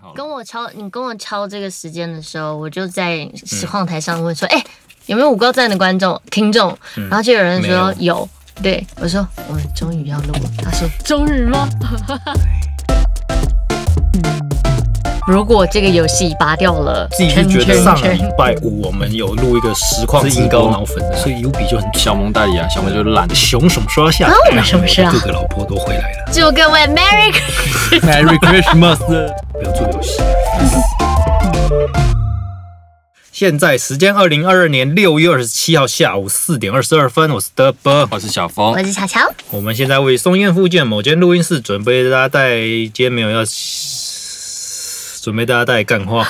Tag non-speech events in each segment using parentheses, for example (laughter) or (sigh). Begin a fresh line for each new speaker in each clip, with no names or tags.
好了。
跟我敲你跟我敲这个时间的时候，我就在
嗯
晃台上问说：“哎、有没有五高赞的观众听众？”然后就有人说
嗯没
有。对我说：“我们终于要录了。”他说：“终于吗？”如果这个游戏拔掉了，
自己是觉得
圈圈
上
圈
礼拜五我们有录一个实况
是
音
音
高
高
脑粉的，所以 U 比就很，
小萌代理啊，小萌就懒
熊什么时候要下？
我们什么啊时候
各个老婆都回来了，
祝各位 Merry Christmas。
Merry Christmas。
不要做游戏。现在时间二零二二年六月二十七号下午四点二十二分，我是德波。
我是小峰
我，是乔乔，
我们现在为松烟附近某间录音室准备大家带，今天没有要准备大家带干话。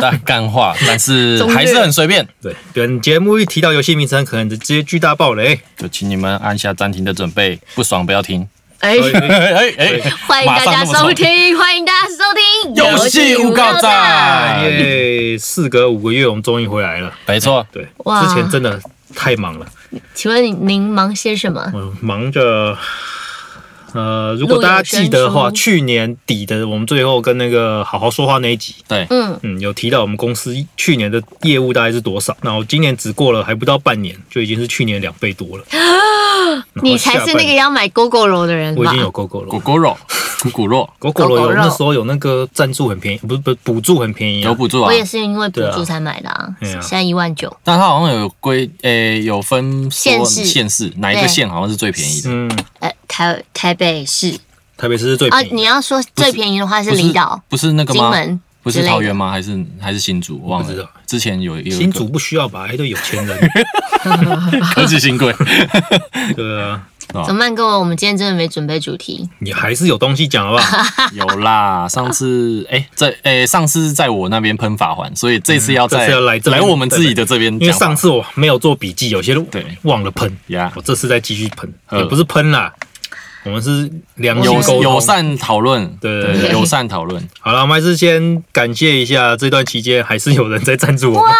但
(laughs)
干话，但是
中略
呃还是很随便，
对，本节目一提到游戏名称，可能直接巨大爆雷。
就请你们按下暂停的准备，不爽不
(laughs)
要停。
哎、
所以
哎哎，
欢迎大
马
家
上这么
收
爽，
听，欢迎大家收听
游戏无告
赞。
赞，
耶，事隔哎五个月，我们终于回来了。
没错，
对，
哇
之前真的太忙了，
请问您您忙些什么？
我忙着。呃，如果大家记得的
若
话，
有生
去年底的我们最后跟那个好好说话那一集，
对，
嗯，
嗯，有提到我们公司去年的业务大概是多少。然后今年只过了还不到半年，就已经是去年两
(gasps)
倍多了。然后
你才是
下半
那个
年，
要买 GoGo 肉的人
我已
吧
经？有 GoGo
果
了。
果肉，骨骨
(laughs)
肉，
GoGo
狗狗
了有
肉
那时候有那个赞助很便宜，不是不是补助很便宜、啊，
有补助啊
我，也是因为补
对
助
啊
才买的啊，
对啊
现在一万九。
但它好像有归，诶，有分
县
说
市
县市，哪一个
对
县好像是最便宜的？
嗯，
呃，台台北市
台北市是最
啊，
便宜的。
你要说最便宜的话是离岛、
不是那个
金
吗？
门
不
之
是
类的
桃园吗？还是还是新竹？我忘
不知
了
道。
之前有有一个
新竹不需要吧？还都有钱人，
(laughs)
科技新贵，
对啊，
怎么办？各位，我们今天真的没准备主题，
你还是有东西讲好不好？
有
(laughs)
啦。上次哎，这哎上次在我那边喷法环，所以这次要
嗯这
在
次要来这边
我们自己的这边讲法，
因为上次我没有做笔记，有些都
对
忘了喷
呀
我这次再继续喷，
呃
也不是喷啦，我们是良性沟
友友
通。
善讨论，
对对
对
友善讨论，
好了，我们还是先感谢一下这段期间还是有人在赞助我们，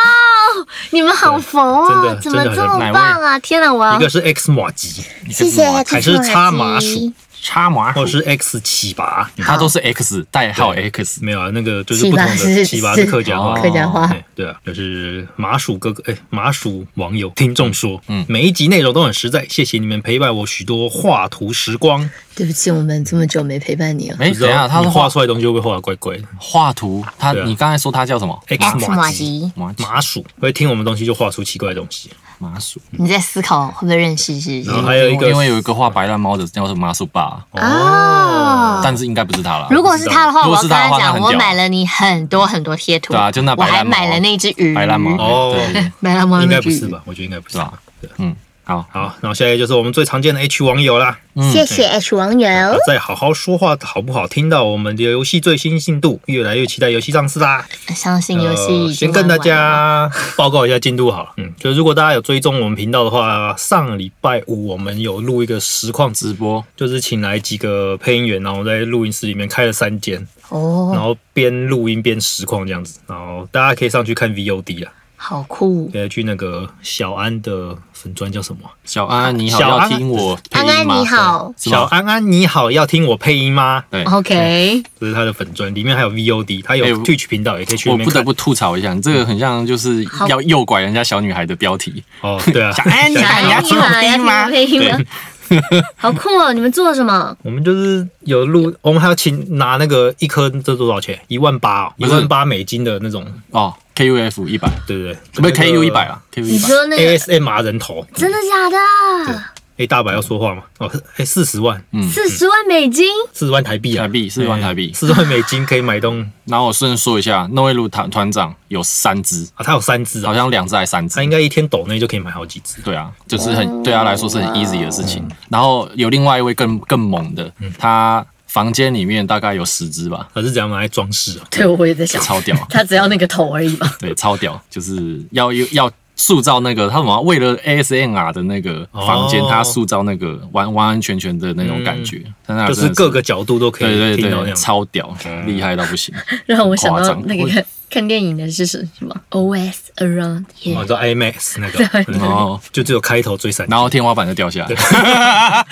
你们好佛
真
哦，
的
怎么
真
这
的很
么棒啊？天哪，我要
一个是 X 马吉，
谢谢
还是插麻薯，
插麻
或
薯，
是 X 起拔，
它啊都是 X 代号 X，
没有啊，那个就是不同
起拔是
的起拔是客家话
哦。
客家话。
哎对啊，就是麻薯哥哥，哎、麻薯网友听众说，
嗯
嗯，每一集内容都很实在，谢谢你们陪伴我许多画图时光。
对不起，我们这么久没陪伴你了。
哎，
不知
等一
道
下，它
你
是
画
画
出来的东西会不会画得怪怪的
画图，它
对啊
你刚才说它叫什么？
？X
马
麻
吉，
麻薯
麻薯会听我们东西就画出奇怪的东西。
麻薯，
你在思考会不会认识？是不
然后
是？
还有一个，
因为有一个画白烂猫的叫做麻薯爸，
哦啊
但是应该不是他啦。
如果是他的话，
如
我
果
要
是
跟
他的
他
话
讲，
那很
我
屌
买了你很多很多贴图，
对啊就那
我
白
还
烂猫
买了那只鱼，
白烂猫，
哦
对对对
白烂猫
应
那
该不
只
是
鱼，
吧？我觉得应该不是
是。吧？嗯，好，
好，然后下一个就是我们最常见的 H 网友啦，
嗯
谢谢 H 网
啊
友，
在好好说话好不好？听到我们的游戏最新进度，越来越期待游戏上市啦。
相信游戏
呃
已经
先跟大
玩完了
家 (laughs) 报告一下进度好了。嗯，就如果大家有追踪我们频道的话，上礼拜五我们有录一个实况直
直，播
就是请来几个配音员，然后在录音室里面开了三间，然
哦，
后边录音边实况这样子。然后大家可以上去看 VOD 啦，
好酷，
可以去那个小安的粉砖叫什么啊？
小安你好，
小
要
安
听我配音
安安
吗
你好，
是
小
吗
安安你好，要听我配音吗？
对，
OK，
这是他的粉砖，里面还有 VOD，他有
哎
Twitch 频道，也可以去那
我
边
不得
看。
不吐槽一下，你这个很像就是
好
要诱拐人家小女孩的
(laughs)
标题。哎
哦，对
(laughs)
啊，
安
小安你好，要听我配音吗？ (laughs) 好酷哦！你们做了什么？
我们就是有录，我们还要请拿那个一颗，这多少钱？一万八、哦，一
不是
万八美金的那种，
哦，KUF 一百，
对不对？
不是 KU 一百
啊
啊，KU
你
一百，
说那个
？ASMR 人头，
真的假的？
哎，大白要说话吗？哦，哎，四十万，
四十万美金，
四十万台币啊，
台币40万台币
四十万美金可以买东
然后我顺便说一下，诺维鲁团团长有三只，
啊，他有三只
好
啊，
像两只还三只
他应。该一天抖内就可以买好几只。
对啊，就是
哦
很对他来说是很 easy 的事情。然后有另外一位更更猛的，
嗯
他房间里面大概有十只吧，
他是怎样拿来装饰啊？
对，我也在想
超屌。
他只要那个头而已吧。
对，超屌，就是要要塑造那个他们好像为了 ASMR 的那个房间，
哦嗯
他塑造那个完完完全全的那种感觉，他那
就
真
是
的
各个角度都可
对
以
对
听到那
对，
样。嗯
超屌，厉害到不行。
(laughs) 让我想
夸
到
张
那个看看电影的是什么 OS around
哦，你
here，
知道 IMAX 那个，
然后
就只有开头最闪
哦然后天花板就掉下来。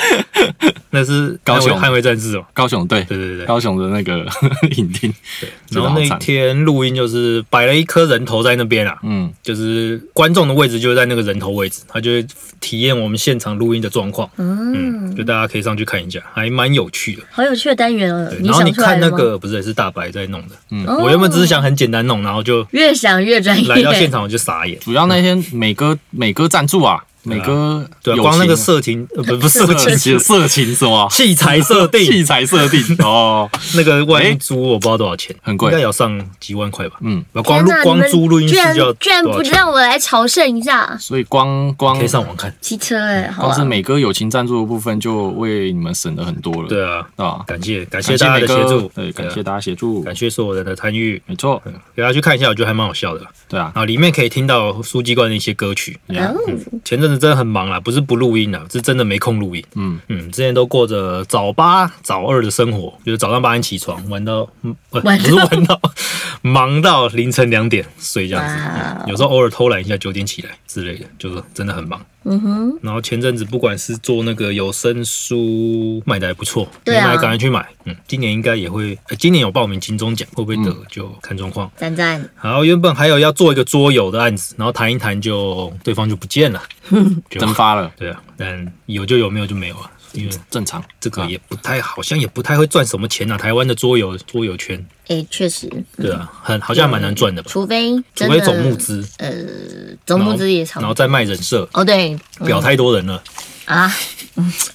那是
高雄
捍卫捍卫战士哦。
高雄对
对对对对
(laughs) 高雄的那个影厅， (laughs)
然后那一天录音就是摆了一颗人头在那边啊，
嗯，
就是观众的位置就在那个人头位置，他就会体验我们现场录音的状况。嗯，
嗯，
就大家可以上去看一下，还蛮有趣的。
好有趣的单元哦
对，，然后
想
你
出来
看那
了吗？
个不是也是大白在弄的，嗯
哦
我原本只是想很简单弄，然后就
越想越专业，
来到现场我就
(laughs)
傻眼。
主要那天美哥美哥赞助啊，美哥
对啊，
友
光那个
情啊
色情
(laughs)
呃不不是色
色
情
情色情什
(laughs)
么啊
器材设
器
定，
材设
(laughs)
定哦，
那个外
哎
面租我不知道多少钱，
很贵
应该要上几万块吧。
嗯，
(laughs)
那
天
光录
哪
光
你们
租录音室
居然
就要
居然不
多少钱？
让我来朝圣一下
所以光光
可以上网看。
骑车哎，好
光是
啊，
美哥友情赞助的部分就为你们省了很多了，
对啊，
啊，
感谢感
感
谢大家
美
的协
哥
助，
对，感谢
啊
大家协助，
感谢所有人的参与，
没错，
嗯给大家去看一下，我觉得还蛮好笑的。
对啊
然，后里面可以听到书记官的一些歌曲。
呀
哦
前阵子真的很忙啦，不是不录音啦，是真的没空录音。
嗯，
嗯，之前都过着早八早二的生活，就是早上八点起床，玩到嗯不不
玩
是
到
玩到 (laughs) 忙到凌晨两点睡这样子。
哇哦
嗯有时候偶尔偷懒一下，九点起来之类的，就是真的很忙。
嗯哼，
然后前阵子不管是做那个有声书卖的还不错，
对啊
没买赶快去买。嗯，今年应该也会，呃今年有报名金钟奖，会不会
嗯
得、就看状况。
赞赞，
然后原本还有要做一个桌游的案子，然后谈一谈就对方就不见了，就
蒸发了，
对啊，但有就有，没有就没有啊，因为
正常，啊
这
啊
个也不太，好像也不太会赚什么钱啊。台湾的桌游桌游圈，
哎，确实，
对啊，很好像蛮难赚的吧，
除非
除
嗯真
非
的
总募资，
总
然
募
后
资也差
然
不多
后再卖人设，
哦，对
表太多人了，
啊，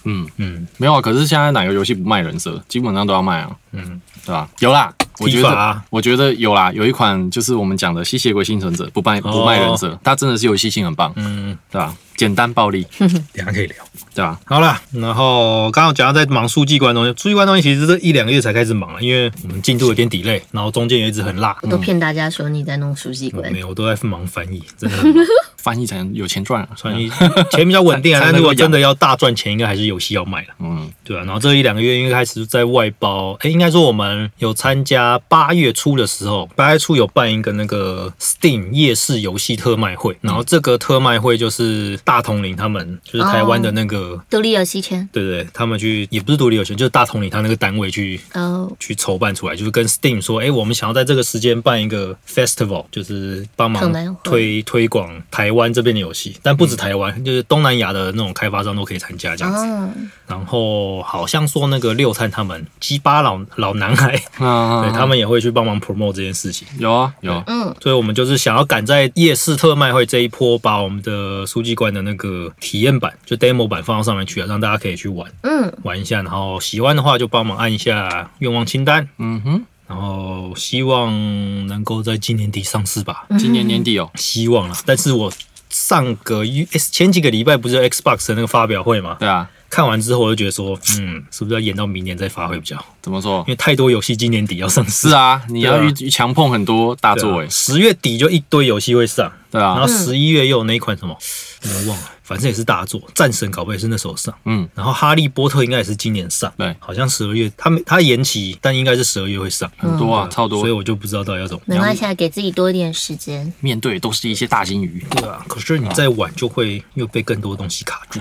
嗯，
嗯，
没有啊，可是现在哪个游戏不卖人设，基本上都要卖啊，
嗯，
对吧？有啦，我觉
踢法
得
啊
我觉得有啦，有一款就是我们讲的吸血鬼幸存者，不卖不卖人设，它真的是游戏性很棒，
哦嗯，
对吧？简单暴力，
等一下可以聊。
对吧？
好啦，然后刚刚讲到在忙书记官东西，书记官东西其实这一两个月才开始忙啊，因为我们进度有点 delay，然后中间也一直很辣嗯
我。都骗大家说你在弄熟悉
我
鬼
嗯没，有，我都在忙翻译，
(laughs)
真的很忙。
翻译才能有钱赚啊，
翻译钱比较稳 (laughs) 定啊，
才
但
才能
如
够
果真的要大赚钱，应该还是游戏要卖了，
嗯，
对啊，然后这一两个月应该开始在外包，哎，应该说我们有参加八月初的时候，八月初有办一个那个 Steam 夜市游戏特卖会，然后这个特卖会就是大统领他们，就是台湾的那个。
独立游戏圈
对对，他们去也不是独立游戏，就是大统领他那个单位去
哦，
去筹办出来，就是跟 Steam 说，哎，我们想要在这个时间办一个 festival，就是帮
特
忙
卖会嗯
推推广台湾这边的游戏，但不止台湾，就是东南亚的那种开发商都可以参加这样子。
哦，
然后好像说那个六探他们鸡巴老老男孩，
那
对他们也会去帮忙 promote 这件事情。
啊有啊有，
嗯，
所以我们就是想要赶在夜市特卖会这一波，把我们的书记官的那个体验版，就 demo 版放到上面去啊，让大家可以去玩
嗯，
玩一下。然后喜欢的话就帮忙按一下愿望清单，
嗯哼。
然后希望能够在今年底上市吧，
今年年底哦，
希望啦。但是我上个月诶前几个礼拜不是有 Xbox 的那个发表会嘛，
对啊，
看完之后我就觉得说，嗯，是不是要延到明年再发会比较好？
怎么说
因？为太多游戏今年底要上市，
是啊，你要
对啊
遇强碰很多大作诶，
十月底就一堆游戏会上，
对
然
啊
后，十一月又有那一款什么，我忘了，反正也是大作，战神搞不好也是那时候上。
嗯，
然后《哈利波特》应该也是今年上，
对
好像十二月，他们他延期，但应该是十二月会上，嗯
很多啊，超多
所以，我就不知道到底要怎么
没
样
关系，啊，给自己多一点时间，
面对都是一些大金鱼。
对啊，可是你再晚就会又被更多东西卡住，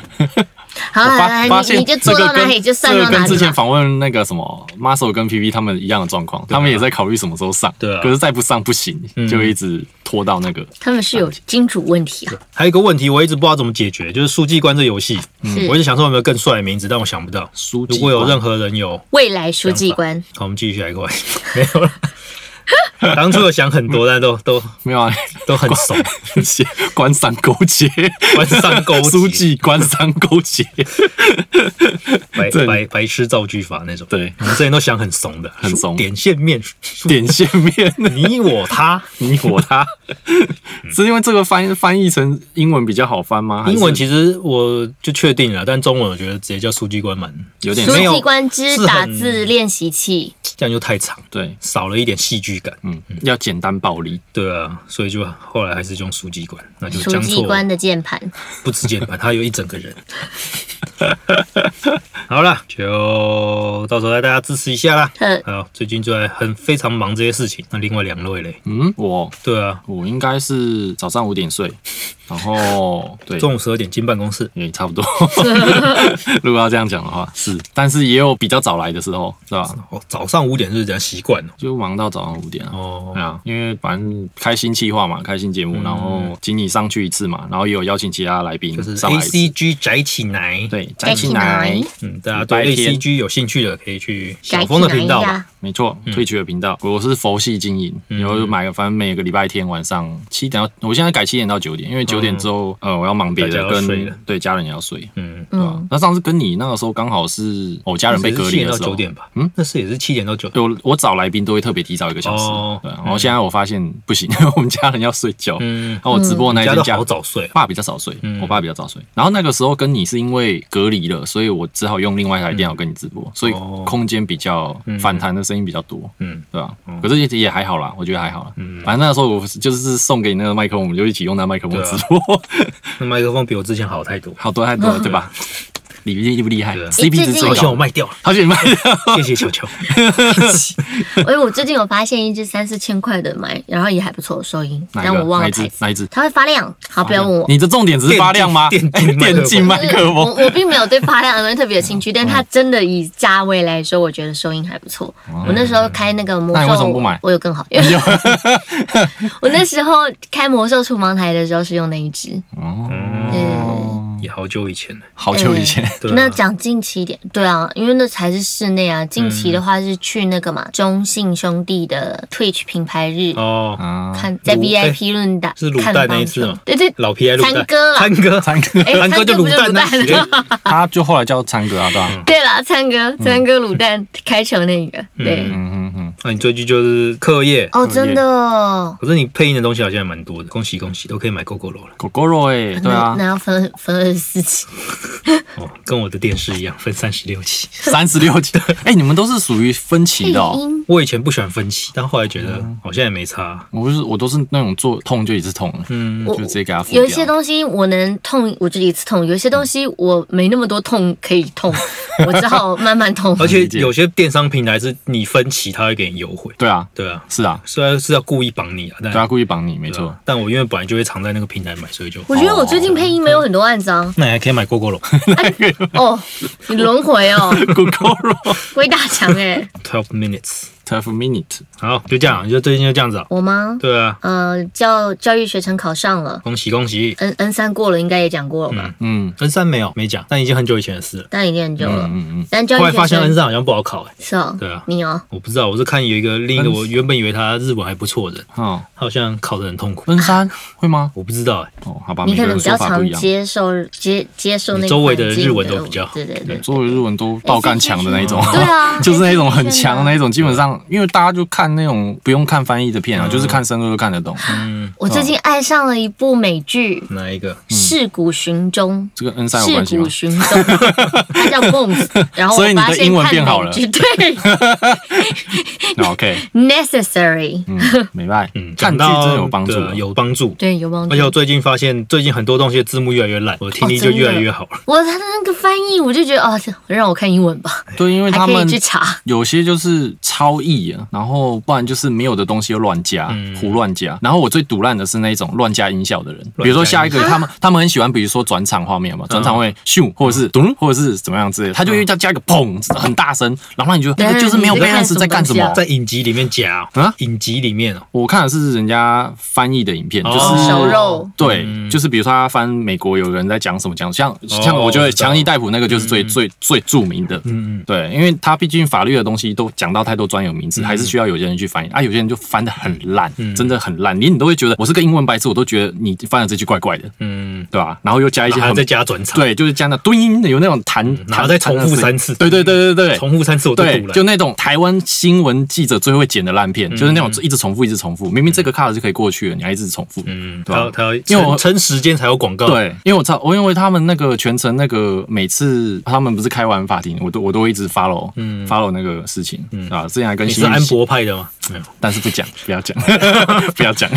好
我
啦，
发
来
发
来，
现
你你就做
这
到
个跟
哪里就算
这
到
个
哪
跟
里
之前
嘛，
访问那个什么 Muscle 跟 PV 他们一样的状况，他们也在考虑什么时候上，
啊对啊嗯
可是再不上不行，就一直拖到那个。
他们是有金主问题啊，
还有一个问题，我一直不知道怎么解决，就是书记官这游戏，嗯
是
我一直想说有没有更帅的名字，但我想不到。
书记
如果有任何人有，
未来书记官，
好，我们继续下一个话题，没有了。当初有想很多，但都都
没有啊， (laughs)
都很怂，
写官商勾结，
官上勾结
(laughs) 书记官商勾结，
白
这
白白痴造句法那种。
对，
我们之前都想很怂的，
很怂
点线面，
点线面， (laughs)
你我他，
你我他，是因为这个翻翻译成英文比较好翻 (laughs) 吗？还
嗯
是
英文其实我就确定了，但中文我觉得直接叫书记官蛮，
有点
书
没有
记官之
是很
打字练习器，
这样就太长，
对，
少了一点戏剧感。
嗯，要简单暴力，
对啊，所以就后来还是用书记官，那就
书
将
记
错
官的键盘，
不止键盘，他有一整个人。 (laughs) 好了，就到时候来大家支持一下啦。
嗯
好，最近就在很非常忙这些事情。那另外两位嘞，
嗯，我
对啊，
我应该是早上五
(laughs)
点睡，然后对，
中午十二点进办公室。
也差不
(laughs)
多。如果要这样讲的话，是，但是也有比较早来的时候，是吧？
哦，早上五点是这样习惯哦。
就忙到早上五点啊。
哦
对，啊，因为反正开新企划嘛，开新节目，然后请你上去一次嘛，然后也有邀请其他来宾
嗯就是
上来
A
一次
C G 宅起来。，
对，站起
站
来
起，
嗯，大家对
礼
A
拜天
C G 有兴趣的可以去小
改
峰的频道
进来一
吧。
下
没错，
嗯
退取的频道，我是佛系经营，然后买个，反正每个礼拜天晚上七点到，我现在改七点到九点，因为九点之后，呃，我要忙别
哦大
的，
家要睡了
跟对家人也要睡。
嗯，
对吧
嗯，
那上次跟你那个时候刚好是我家人被隔
七
离
点
的
到
时候
九，点吧。
嗯，
那是也是七点到九点。
对我我找来宾都会特别提早一个小时
哦，
对。啊然后现在我发现不行， (laughs) 我们家人要睡觉。
嗯
然，后我直播那
大家
一天
都
家
好早睡哦。
爸比较早睡，
嗯
我爸比较早睡。然后那个时候跟你是因为隔离了，所以我只好用另外一台电脑跟你直播，所以
哦
空间比较反弹的声音比较多，
嗯
对吧、可是也也还好啦，我觉得还好啦。反正那时候我就是送给你那个麦克风，我们就一起用那麦克风
对啊
直播，
那麦克风比我之前好太多，
(laughs) 好多太多了，
(laughs)
对吧？你厉不厉害
对啊
？CP 值
哎最近
最
好像
高
我，卖掉了，
好险卖掉！
谢谢
(laughs)
小乔。
(laughs) 哎，我最近有发现一只三四千块的买，然后也还不错收音，
哪
但
个
我忘
哪
了
一
牌
只
子。
哪一只？哦
它会发亮，好，不要问我。
你的重点只是发亮吗？哎
电竞
电竞麦克
我
风，哦
我并没有对发亮的东西特别有兴
(laughs)
趣，但它真的以价位来说，我觉得收音还不错。我那时候开那个魔
那你为什
兽，
么不买
我有更好，
(laughs)
因为 (laughs) 我那时候开魔兽厨房台的时候是用那一只。嗯
哦，
也好久以前了。
好久以前，
对啊
那讲近期一点，对啊，因为那才是室内啊。近期的话是去那个嘛，
嗯
中信兄弟的 Twitch 品牌日，
哦，
啊，
看在
卤哎
VIP 论坛
是卤
看
蛋
棒
那一只
球
吗
对对，
老皮还卤蛋，
参哥啦
参哥，
参哥，
哎，
参哥就
不是
卤
卤
蛋
蛋
啊
了。
他就后来叫参哥啊，对吧？
对啦，参
嗯
哥，参哥卤蛋 (laughs) 开球那个，对，
嗯嗯嗯，
那你最近就是课业，
哦，真的哦。
可是你配音的东西好像也蛮多的，恭喜恭喜，都可以买 GoGo 了。
狗狗肉哎，对啊
那，那要分分二十四期，
哦，跟我的电视一样，分三十六期。
三十六集，哎，你们都是属于分期的哦。
音
我以前不喜欢分期，但后来觉得好像也没差。
我不是，我都是那种做痛就一次痛，
嗯，
我
就直接给他付掉。
有一些东西我能痛，我就一次痛；有一些东西我没那么多痛可以
(laughs)
痛，我只好慢慢痛。
而且
理解
有些电商平台是你分期，他会给你优惠。
对啊，
对啊，
是啊，
虽然是要故意绑你啊，但
对啊，故意绑你，没
没
错。。
但我因为本来就会常在那个平台买，所以就哦
我觉得我最近配音没有很多案子啊。
那你还可以买 GoGo 了，
哦，你轮回
(laughs)
哦，
狗狗肉
归大强哎，
(laughs) twelve minutes。
tough minute，
好，就这样，就最近就这样子啊。
我吗？
对啊，
呃，教教育学程考上了
恭喜恭喜。
，N N 三过了，应该也讲过了吧？
嗯
N 三没有没讲，但已经很久以前的事了。
但已经很久了。
嗯嗯
但教
后来
育
发
学
现 N
程
三好像不好考、欸，
是哦，
对啊
你哦，
我不知道，我是看有一个另一个
N-
我原本以为他日文还不错的人，
嗯，哦，
他好像考得很痛苦，
登山会吗？
我不知道、欸，
哦，好吧，
你
每
可
个
能
人
比较
说法不
常
一样。
接受接接受那个
你周围的
环境
日文都比较
对对对
对，。作为日文都爆干强的那一种，
对啊
(laughs) 就是那种很强的那一种，基本上因为大家就看那种不用看翻译的片啊，就是看深度就看得懂。
嗯，
我最近爱上了一部美剧
哪一个？
《尸骨寻踪》。
这嗯跟 N 三有关
尸
系吗
骨？
(laughs)
寻踪，它叫 Bones，然后我
所以你的
发现
英文
看
变好
美
了
剧对
那哦
(laughs)
OK，
，necessary，
嗯，明白。
嗯，
看
讲
剧
到
真的有帮助
对啊。有帮助。
对，有帮
而且我
助。
最近发现，最近很多东西的字幕越来越烂，我的听力
哦
就
真的
越来越好了。
我他的那个翻译，我就觉得哦，这让我看英文吧，
对，因为他
还可以
们
去查。
有些就是超译啊，然后不然就是没有的东西又乱加，
嗯
胡乱加。然后我最毒烂的是那一种乱加音效的人，
乱加音效嗯
比如说下一个他们 (laughs) 他们很喜欢，比如说转场画面嘛，转场会咻或者是咚或者是怎么样之类的，他就又要加一个砰很大声，然后让你觉得
对
那个就是没有
你在看
balance 在干什
什么东。
么
西啊
在影集里面加哦
啊
影集里面哦，
我看的是人家翻译的影片，
哦
就是
熟肉
对，
嗯
就是比如说他翻美国有人在讲什么讲，像像
哦
我觉
我知道
得
嗯
强尼戴普那个就是最最最著名的，
嗯嗯，嗯
对，因为他毕竟法律的东西都讲到太多专有名词，还是需要有些人去翻译啊。有些人就翻得很烂，真的很烂，连你都会觉得我是个英文白痴，我都觉得你翻的这句怪怪的，
嗯，
对吧、然后又加一些
然后
很
再加转场，
对，就是加那咚有那种弹，
嗯然后再重复三次
对对对对对，
重复三次我都
对
读，了嗯
就。那种台湾新闻记者最会剪的烂片，就是那种一直重复一直重复，明明这个 cut 就可以过去了，你还一直重复，
嗯，
对
他要
吧？
他要
因为我
撑撑时间才有广告。，
对，因为我知道，我因为他们那个全程那个每次他们不是开完法庭，我都我都会一直 follow，
嗯
follow 那个事情，啊，之前还跟
你
新
是安博派的吗？嗯没有，
但是不
(laughs)
(laughs) 讲，不要讲，不要讲，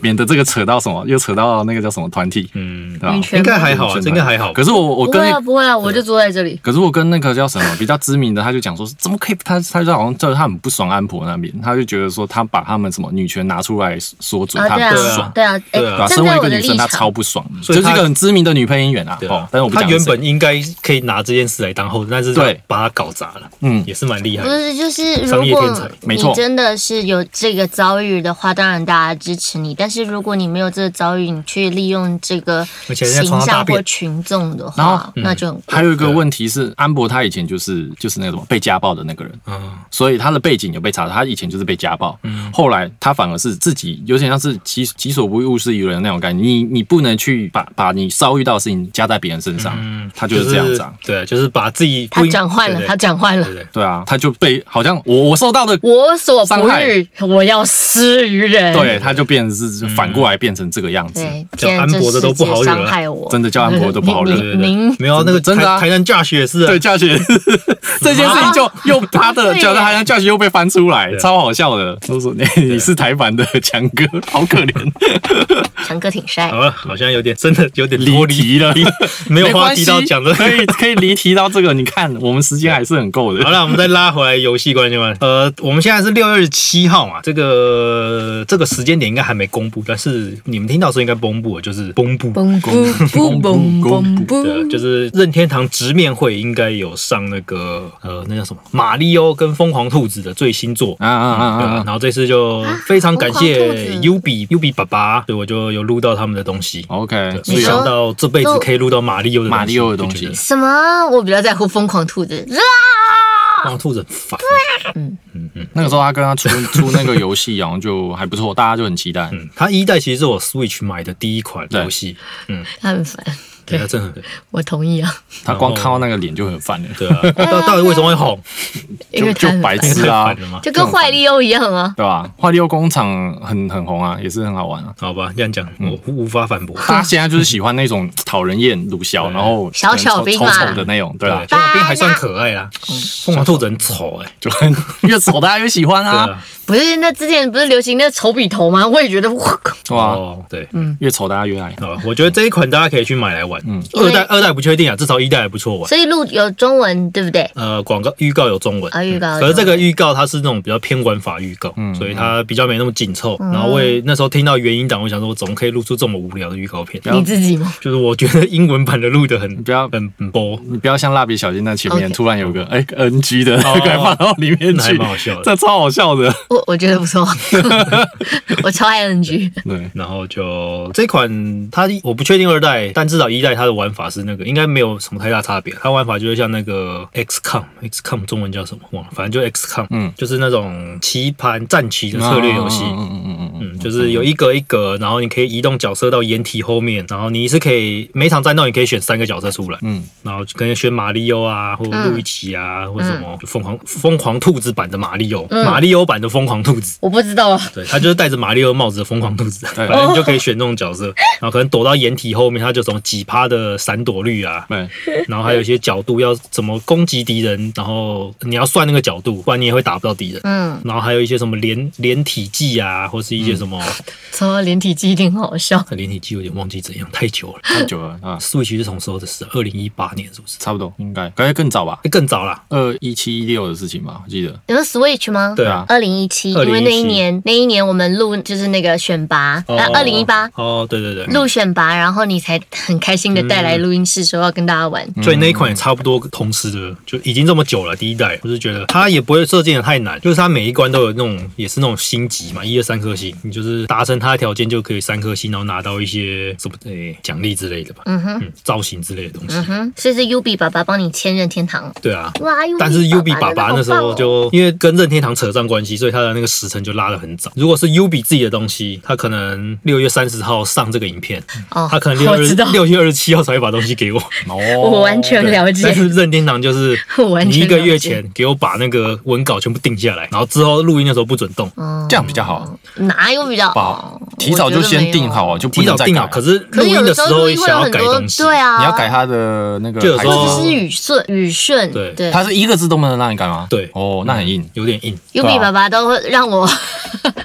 免得这个扯到什么，又扯到那个叫什么团体，
嗯，嗯，
对吧
女权
应该还好啊，这应该还好吧。
可是我我
不
跟
会啊，不会啊，我就坐在这里。
可是我跟那个叫什么比较知名的，他就讲说，怎么可以？他他就好像叫他很不爽安博那边，他就觉得说他把他们什么女权拿出来说嘴，
啊，
他
对
很不
啊
爽，，
对啊，哎
对啊
对吧？，
站
身为
在
一
我
个
的
女生，
立
她超
场，
不爽的，
所
就
以
是
她
一个很知名的女配音员啊。
对啊
哦，但是我不
他
讲是
原
谁
本应该可以拿这件事来当后盾，但是他
对
把它搞砸了，
嗯
也是蛮厉害
不
的。
是就是
商
如
业天才
果
没
你
错
真的是有这个遭遇的话，当然大家支持你。但是如果你没有这个遭遇，你去利用这个
而且人家
形
床上大
象
便
或群众的
然后
话，那就很怪
还有一个问题是，安博他以前就是就是那个什么被家暴的那个人，
嗯，
所以他的背景有被查到，他以前就是被家暴，后来他反而是自己有点像是己己所不欲勿施于人的那种感觉。你你不能去把把你遭遇到的事情加在别人身上，
嗯
他就是这样子、啊。
对，就是把自己
他讲坏了，他讲坏了
对。对
对啊，他就被好像我我受到的，
我所
伤
不
害
欲，我要施于人。
对，他就变成是反过来变成这个样子。
对，
叫
天
安
这
博
世
的都不
界
好惹啊
伤害我，
真的叫安博都不好惹
(laughs) 你
对对
你您
没有啊那个
真的啊
台台南 Josh 也是啊
对，教学这件事情就又他的
对
教的好像教学又被翻出来，
对
超好笑的。都说你你是台版的强哥，好可怜，
强哥挺帅
好。了，好像有点真的有点
离
脱 (laughs) 离，
题了。
(laughs) 没有话
关
题
系，
到讲的。 (laughs)
可以可以离题到这个。你看，我们时间还是很够
好
的。
了，我们再拉回来游戏观众们。呃，我们现在是六月七号嘛，这个这个时间点应该还没公布，但是你们听到的时候应该公布了，就是公布。
嘣嘣嘣嘣嘣
对，啊
嗯
嘣，
就是任天堂直面会应该有上那个呃，那叫什么《马里奥》跟《疯狂兔子》的最新作。
啊啊啊
对
啊
啊
啊！
然后这次就非常感
疯狂兔
谢
子
U B U B 爸爸，所以我就有录到他们的东西。
OK，所
没
以
你
想
说
到这辈子可以录到马里奥的
马里奥的东西
就觉得
什么？我比较在乎疯狂兔子。 (laughs) 啊
疯狂兔子很烦。
那个时候他
(laughs)
跟他出出那个游戏，好像就还不错，大家就很期待。
嗯，它一代其实是我 Switch 买的第一款游戏，
他很烦，
对，它真的很
我同意啊，
他光看到那个脸就很烦了，
对
(laughs)
啊。到到底为什么会红？
因为
就
他很
就白
烦，
痴啊
太，烦了吗？
就跟坏利欧一样啊。
对吧？花六工厂很很红啊，也是很好玩啊。
好吧，这样讲我无无法反驳。
大家现在就是喜欢那种讨人厌、鲁小，然后
小
可能
小
丑
兵啊
丑
嘛
丑的那种，对啊嗯吧
对，？小小兵还算可爱啦，凤凰兔子很丑哎。(laughs)
就很越丑大家越喜欢
对
啊，
啊，
不是，那之前不是流行那丑笔头吗？我也觉得，
(laughs)
哇靠，
对吧？
哦，对。
嗯
越丑大家越爱。
啊，我觉得这一款大家可以去买来玩。嗯，二代
因为
二代不确定啊，至少一代还不错玩。
所以录有中文对不对？
呃，广告预告有中文
啊预告有
嗯
中文
可是这个预告它是那种比较偏玩法预告，所以它比较没那么紧凑。
嗯
然后我也那时候听到原音档，我想说，我怎么可以录出这么无聊的预告片？
要
你自己吗？
就是我觉得英文版的录的很
不要
很很波，
你不要像蜡笔小新那前面
OK
突然有个哎 NG 的，快放到里面
那还
去，
蛮好哦笑的
这超好笑的。
我我觉得不错， (laughs) 我超爱 NG。
对，
然后就这款它我不确定二代，但至少一代它的玩法是那个应该没有什么太大差别。它玩法就是像那个 XCOM，XCOM 中文叫什么忘了，反正就 XCOM，
嗯
就是那种棋盘战棋的策略游戏。
嗯嗯嗯嗯嗯
嗯，就是有一格一格，然后你可以移动角色到掩体后面，然后你是可以每场战斗你可以选三个角色出来，
嗯，
然后可以选马里奥啊，或者路易奇啊，或者什
嗯
么就疯狂疯狂兔子版的马里奥，马里奥版的疯狂兔子，
我不知道啊，
对他就是戴着马里奥帽子的疯狂兔子，
对
反正你就可以选这种角色，然后可能躲到掩体后面，他就什么几趴的闪躲率啊，
对，
然后还有一些角度要怎么攻击敌人，然后你要算那个角度，不然你也会打不到敌人。
嗯，
然后还有一些什么连连体技啊，或是一些什么
说连体机一定很好笑。
连体技有点忘记怎样，太久了。
太久了啊，
Switch 是什么时候的事？二零一八年是不是？
差不多应该，感觉更早吧，
诶更早啦。
二一七一六的事情吧，我记得。
你说 Switch 吗？
对啊
二零一七，因为那一年那一年我们录就是那个选拔，
哦
呃，二零一八
哦，对对对，
录选拔，然后你才很开心的带来录音室说要跟大家玩。
所以那一款也差不多同时的，就已经这么久了。第一代，我是觉得它也不会设计的太难，就是它每一关都有那种，也是那种星级嘛，一二三颗星，你就是达成它的条件就可以三颗星，然后拿到一些什么诶奖励之类的吧，
嗯哼，
嗯，造型之类的东西。
嗯哼，所以是 UB 爸爸帮你签任天堂。
对啊，
哇，UB
但是 U B 爸爸
真的好棒哦
那时候就因为跟任天堂扯上关系，所以他的那个时辰就拉得很早。如果是 U B 自己的东西，他可能六月三十号上这个影片，
哦，
他可能六
我
月
知道，
六月二十七号才会把东西给我。
哦，
(laughs) 我完全了解
但。是任天堂就是
我 (laughs) 完
你
全
一个月
了解
前给我把那个文稿全部定下来，然后之后录音的时候不准动，
哦
这样比较好，
哪有比较
不好
好？，
哦
提早就先定好啊，
我觉
就不
提
能
早
再
定好。
改。
可是
得
录
没有可是有
音的时
时候
候
录
也
音会
想
有
要
很
改
多
东，西，
对啊，
你要改，它的那个
就有
排
时
序，
或
候
者是语顺语顺，
对
对
它是一个字都不能让你改吗？
对嗯
哦，那很硬。
有点硬。
，UB
对啊
爸爸都会让我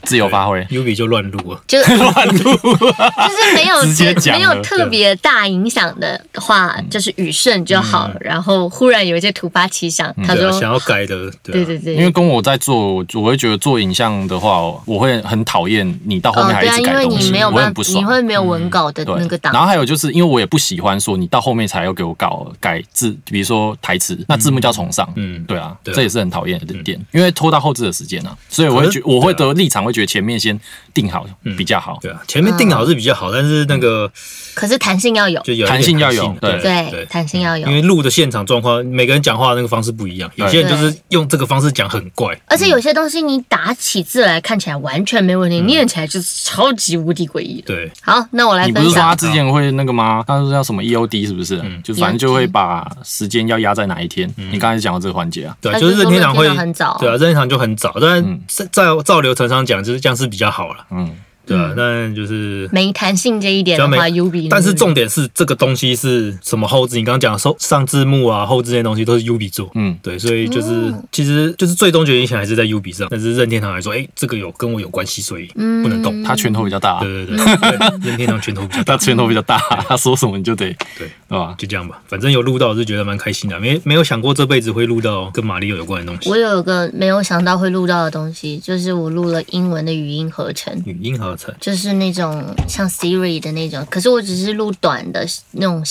自由发挥。
U B 就乱录了，
就是
(laughs)
就
乱录。
是没有
啊直接
特
讲了嗯
没有特别大影响的话，就是雨顺就好。然后忽然有一些突发奇想，他
对啊，想
说
要改
(laughs)
的，
对
对啊
对对，
嗯因为跟我在做，我我会觉得做影像的话，我会很讨厌你到后面还一
对啊，
直
因
改
为
东
你
西，
没有
我会
办
很
法
不，
你
爽。嗯
会没有文稿的那个
对，
档
然后还有就是，因为我也不喜欢说你到后面才要给我搞改字，比如说台词，那字幕就要重上。
嗯
对啊，
对啊
这也是很讨厌的点，因为拖到后置的时间啊，所以我会觉
可是啊
我会得立场，会觉得前面先定好比较好。
对啊，前面定好是比较好，但是那个
可是弹性要有，
就有一点
弹性要有
弹性对
对，弹性要有
因。为录的现场状况，每个人讲话那个方式不一样，有些人就是用这个方式讲很怪，
而
嗯
且有些东西你打起字来看起来完全没问题，念起来就是超级无敌诡异的。
对，
好，那我来
你不
分
是说
享
他。之前会那个吗？他说叫什么 EOD 是不是？
嗯
就反正就
E
会把时间要压在哪一天。你刚才讲到这个环节啊，
对啊，
他
就是
说
任天堂会
任天堂很早
对啊，任天堂就很早，但在照照流程上讲，就是这样是比较好了，
嗯，
对啊，但就是。
没弹性这一点的
比较
话
没
，U B，
但是重点是这个东西是什么后置？你刚刚讲的收上字幕啊，后置这些东西都是 UB 做，
嗯
对，所以就是、
哦
其实就是最终决定权还是在 UB 上，但是任天堂来说，哎、这个有跟我有关系，所以
嗯
不能动。
他拳头比较大，啊
对对对，对任天堂拳头比较大，(laughs)
(laughs) 他拳头比较大，啊他说什么你就得，
对，
对吧？
就这样吧，反正有录到，我是觉得蛮开心的，啊没没有想过这辈子会录到跟马里奥有关的东西。
我有个没有想到会录到的东西，就是我录了英文的语音合成，
语音合成，
就是那种像 Siri 的那种，可是我只是录短的那种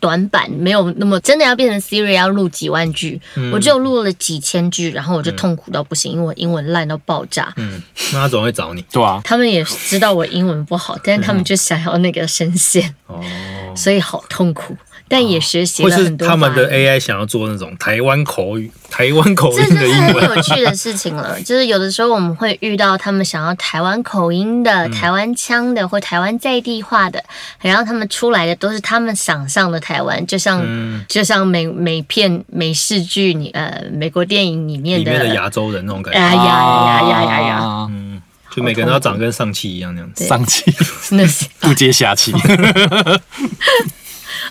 短版，没有那么真的要变成 Siri 要录几万句，
嗯
我只有录了几千句，然后我就痛苦到不行，因为我英文烂到爆炸。
嗯，那他总会找你
对啊，
他们也知道我英文不好，但是他们就想要那个声线，
嗯哦。
所以好痛苦，但也学习
或
了
是
很多
他们的
发音
AI 想要做那种台湾口语、台湾口
这
音的
就是
英
很
文，
有趣的事情了，就是有的时候我们会遇到他们想要台湾口音
嗯
的、台湾腔的或台湾在地化的，然后他们出来的都是他们想象的台湾，就像、
嗯
就像美美片美视剧里呃美国电影里面
里
的
面的亚洲人那种感
哎呀
觉，
呀呀哎呀呀，
啊，
嗯就每个人都要长跟上气一样那样子。
上气
那是
不接下气，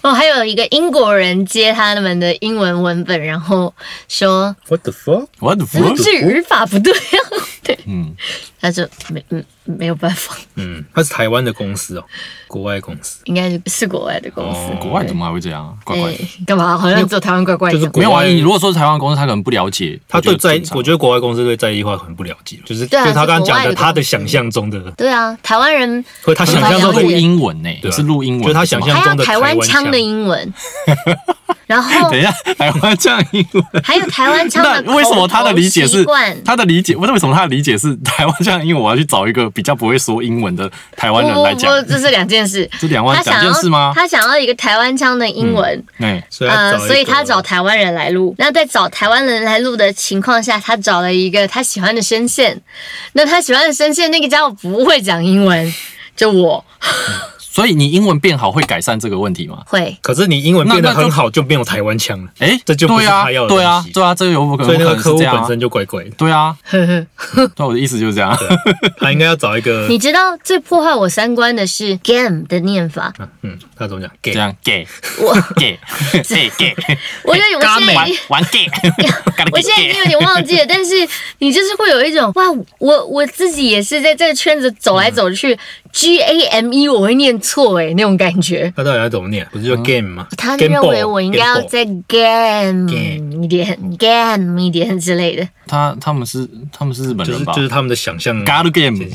哦，还有一个英国人接他们的英文文本，然后说
What the fuck？
我的
这
服
个， (laughs) 是语法不对啊， (laughs) 对，
嗯，
他就没嗯没有办法，
嗯，他是台湾的公司哦，国外公司，
应该是是国外的公司，
哦
国外怎么还会这样啊？怪怪
哎
的。
干嘛？好像只有台湾怪怪的
就是。国
没有啊，
外
你如果说是台湾公司，他可能不了解，
他对在
正，常
我觉得国外公司对在地化很不了解，就是
对啊
就是他刚刚
是国
讲
外的
的，他的
公司
想象中的，
对啊，台湾人
或者他想象
是
中的
嗯
录英文呢、
对啊
是录英文，
就是他想象
还有
中的
台
台湾
腔的
腔
英文，
(laughs)
然后
等一下，台湾这样英文。
还有台湾腔
那
的口
为什么他的理解
口
是
习惯
他的理解？为什么他的理解是 (laughs) 台湾这样？因为我要去找一个比较不会说英文的台
不
湾人
不
来讲，
不，这是两件事。
这两
他
万两
想
件事
要
吗？
他想要一个台湾腔的英文，
哎，
所以他
呃，
找一
所以
个
他找台湾人来录。那在找台湾人来录的情况下，他找了一个他喜欢的声线。那他喜欢的声线，那个家伙不会讲英文，就我
所以你英文变好会改善这个问题吗？
会。
可是你英文变得
那那就
很好，就没有台湾腔了。
哎，
这就不
对
是
啊，
他要的
对啊
东，西
对啊，这个有可能
所以那个
可能是
客户
这样啊
本身就怪怪的。
对
(laughs)
啊，
呵呵。
对我的意思就是这样。
他应该要找一
呃
个
你，知道最破坏我三观的是 game 的念法，
嗯，他怎么讲
这
？gay，
样 gay
我 (laughs)
gay gay gay，
我有点我
(laughs)
现在
玩
已经
玩 gay，
(laughs)
(laughs)
我现在已经有点忘记了，但是你就是会有一种哇，我我自己也是在这个圈子走来走去、g A M E 我会念错诶、那种感觉。
他到底要怎么念？不是叫
嗯
game 吗？
他
Game
认
ball，
为我应该要
Game ball
再 game
Game
一点，game 一点之类的。
他他们是他们是日本
就是
人吧？
就是他们的想象。
Garu Game，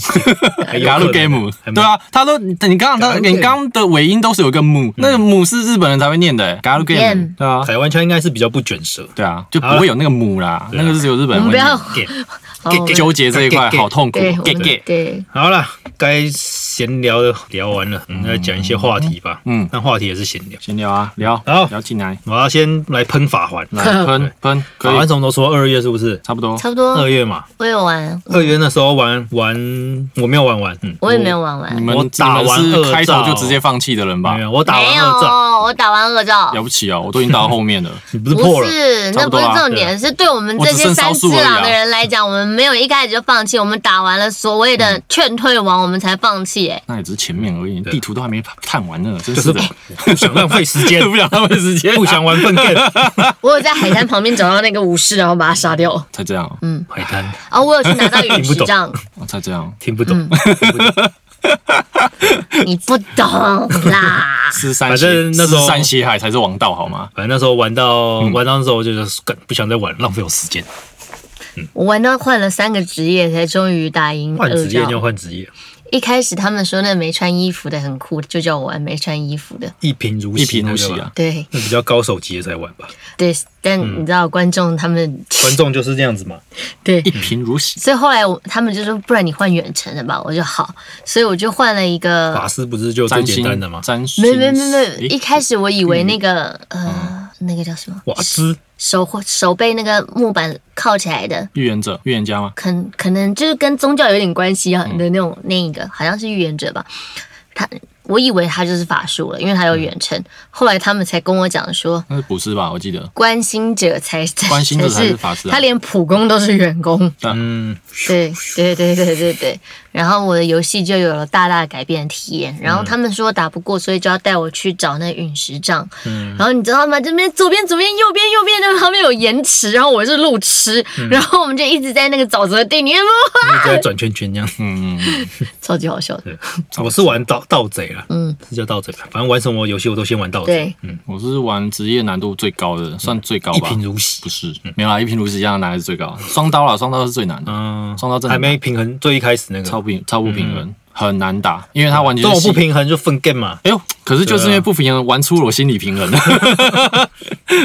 还有
Garu
可能
Game，
还没
对啊，他都你刚刚他
Garu
你
Game
刚刚的尾音都是有一个母，那个母是日本人才会念
嗯
的 Garu Game，
Game
对啊，
台湾腔应该是比较不卷舌。
对啊，就不会有那个母啦，
对啊
那个是只有日本
我
人
们
会
不
念
要，
game
好我们
纠结这一块，
Gay- gay-
好痛苦
对，我
，get
们
get，
对，
好了，该闲聊的聊完了，我们来讲一些话题吧。
嗯
嗯，那话题也是闲聊。
闲聊啊，聊
好
聊进来，
我要先来喷法环，
来
呵
喷喷，
法
可
环
以，
什么时候说？二月是不是？
差不多，
差不
二
多。
月嘛，
我有玩，
二月那时候玩玩，我没有玩完，嗯，
我也没有玩完
你。们
我
你
打
们
完哦
是
恶
开头
兆
就直接放弃的人
(laughs)
吧
没？有，我打完
没有
二战，，
我打完恶兆
了。不起哦，我都已
(laughs)
经打到后面了，
你不是破
不
了？
是，
差
那不
不多
是
啦
重点，是对我们
我
这
只
些
剩
三
烧
只
数而已啊
狼的人来讲，我们们没有一开始就放弃，我们打完了所谓的劝退王，我们才放弃、
(laughs)
哎，
那也只是前面而已，
对
地图都还没看完呢，真
就是是
的，
(laughs) 不。不想浪费时 (laughs) 间
不想浪费时间，
不想玩粪便，
我有在海滩旁边找到那个武士，然后把他杀掉。
才这样，
海滩
哦，我有去拿到陨石
(laughs)
杖，
哦才这样，
听不
嗯
懂。
你不懂
(laughs)
啦。
吃山
反正
血，
那时候
吃山血海才是王道，好吗？
反正那时候玩到玩到那时候，我就觉得干不想再玩，浪费我时间。
我玩到换了三个职业，才终于打赢
换职业
恶
就
兆。
换职业，
一开始他们说那没穿衣服的很酷，就叫我玩没穿衣服的。
一贫如洗
一贫如洗
那个
啊
吧！！
对
那比较高手级的才玩吧，
对，但
嗯
你知道观众他们
观众就是这样子嘛。
对
嗯
一，贫如洗，
所以后来我他们就说，不然你换远程的吧，我就好，所以我就换了一个
法师不是就最
占
简
星
单的吗？
嗯占星，
没没没没，
诶嗯
一开始我以为那个呃，那个叫什么
瓦斯
手手被那个木板铐起来的，
预言者，预言家吗？
可可能就是跟宗教有点关系啊的那种那一个，好像是预言者吧。他我以为他就是法术了，因为他有远程。后来他们才跟我讲说，
那是捕师吧？我记得，
观心者才才
观心者才
才
是法师啊
他连普攻都是远攻。
嗯，
对对对对对对，然后我的游戏就有了大大改变的体验。然后他们说打不过，所以就要带我去找那陨石杖。然后你知道吗？这边左边左边右边右边，那旁边有岩池，然后我是路痴，然后我们就一直在那个沼泽地里面，哇
一嗯直在转圈圈这
(laughs)
样。
嗯，嗯嗯
超级好笑的。
我是玩盗盗贼啦，
嗯，
是叫盗贼吧？反正玩什么游戏我都先玩盗贼
对，
我是玩职业难度最高的，算最高
嗯一
吧
贫？如洗
不。是，没有啦，一贫如洗这样拿的是最高，双刀啦，双刀是最难的，
嗯，
双刀真的
还
很难
没平衡，最一开始那个
超不平，超不平衡，很难打，因为它完
嗯
全
这
是
种不
系
平衡就分 game 嘛。
哎呦，可是就是因
对
为
啊
不平衡，玩出了我心理平衡。 (laughs)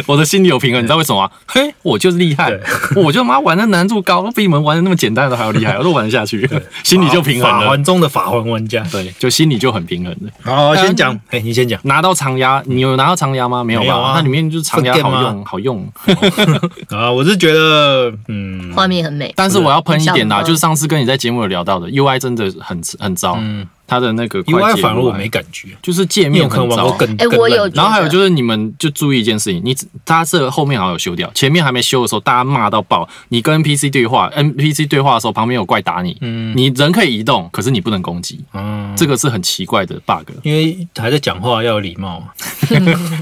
我的心里有平衡，你知道为什么吗？嘿，我就是厉害， (laughs) 我就妈玩的难度高，比你们玩的那么简单的还要
(laughs)
厉害，我都玩得下去， (laughs) 心里就平衡
法
了。
环中的法环玩家。
对，嗯就心里就很平衡了。
好，先讲，哎，你先讲。
拿到长牙，你有拿到长牙吗？没有吧？
没有啊
那里面就是长牙
Forget
好
吗
用，好用。
啊，我是觉得，嗯，
画面很美。
但是我要喷一点
你想
啦，
吗
就是上次跟你在节目有聊到的UI 真的很很糟，它的那个快捷
UI 嗯反而我没感觉，
就是界
你有
面
可能
很
玩
糟
过。更
哎
更烂
我有
然后
啊
还有就是，你们就注意一件事情，你只它这个后面好像有修掉，前面还没修的时候，大家骂到爆。你跟 NPC 对话，NPC 对话的时候，旁边有怪打你，
嗯
你人可以移动，可是你不能攻击，
嗯，
这个是很奇怪的 bug。
因为还在讲话要有礼貌啊。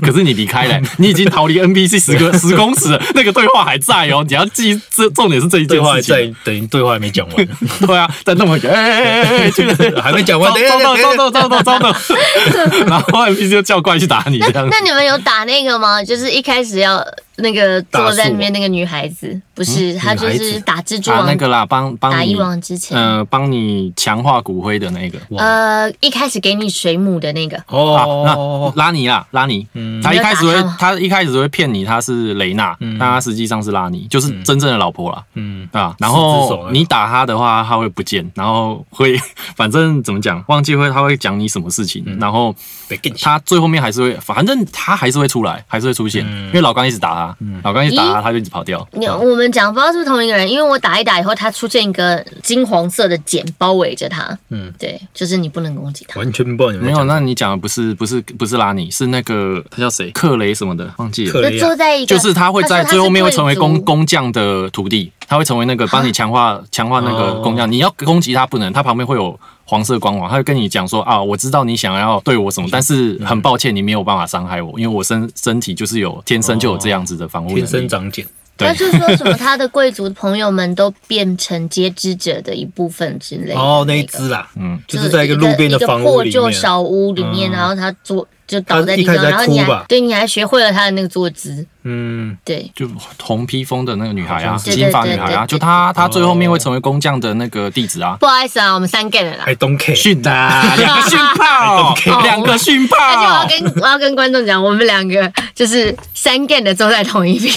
可是你离开了、
(laughs)
你已经逃离 NPC 十个十公尺了，那个对话还在哦。你要记这重点是这一件
对话还
事
在
情。，
等于对话还没
(laughs)
讲完，
对啊，在那么远，哎哎哎哎，去
(laughs)
了。
还没讲
糟
完，等一下
糟
等一下
糟糟糟糟糟！
(laughs)
然后 NPC 就叫怪去打你这样子
那。你们有打那个吗？就是一开始要那个坐在
打
里
树
面那个女孩子，不是她就
女孩
是
子
打蜘蛛
打
网，
啊那个啦，帮
打
帮
一
你，
网之前。
呃，帮你强化骨灰的那个。
呃，一开始给你水母的那个，
啊，
哦，嗯
那拉尼啊，拉尼，他一开始
你有打
会
他吗，
他一开始会骗你他是雷娜，但他实际上是拉尼，就是真正的老婆啦。
嗯，
啊，然
四只手
后
那个
你打他的话，他会不见，然后会， (laughs) 反正怎么讲，忘记会他会讲你什么事情，
嗯
然后
被更强，
他最后面还是会，反正他还是会出来，还是会出现，
嗯
因为老刚一直打他，老刚一直打他，他就一直跑掉。
你我们讲不知道是不是同一个人，因为我打一打以后，它出现一个金黄色的茧包围着它。
嗯
嗯，对，就是你不能攻击它。
完全不知道你们在
没有，
讲
那你讲的不是不是不是拉尼，是那个他叫谁，克雷什么的，忘记了。
克雷
就
啊
坐在一个，
就是他会在
它
最后面会成为工
它是贵族
工匠的徒弟，他会成为那个帮你
(laughs)
强化强化那个
哦
工匠。你要攻击他不能，他旁边会有黄色光环，他会跟你讲说啊，我知道你想要对我什么，但是
嗯
很抱歉你没有办法伤害我，因为我身身体就是有天生就有这样子的防护
哦天
能
生
力。
长茧，
对
他就说什么他的贵族朋友们都变成截肢者的一部分之类的。
哦，那一
个
只啦，
嗯，
就是在一个路边的房屋
破
里
旧
面，嗯
小屋里面，然后他坐就倒在地
他
上，
一开始在
然后你
哭吧
还对你还学会了他的那个坐姿，
嗯，
对。
就红披风的那个女孩啊，
好像
是
金发女孩啊，
对对对对
就她，她最后面
哦
会成为工匠的那个弟子啊。
不好意思啊，我们三 gay 了啦。
还 don't care，
训的啊，两 (laughs) 个训
(laughs)
炮
care，
两个训
而且我要
炮。
跟我要跟观众讲，我们两个就是三 gay 的坐在同一边，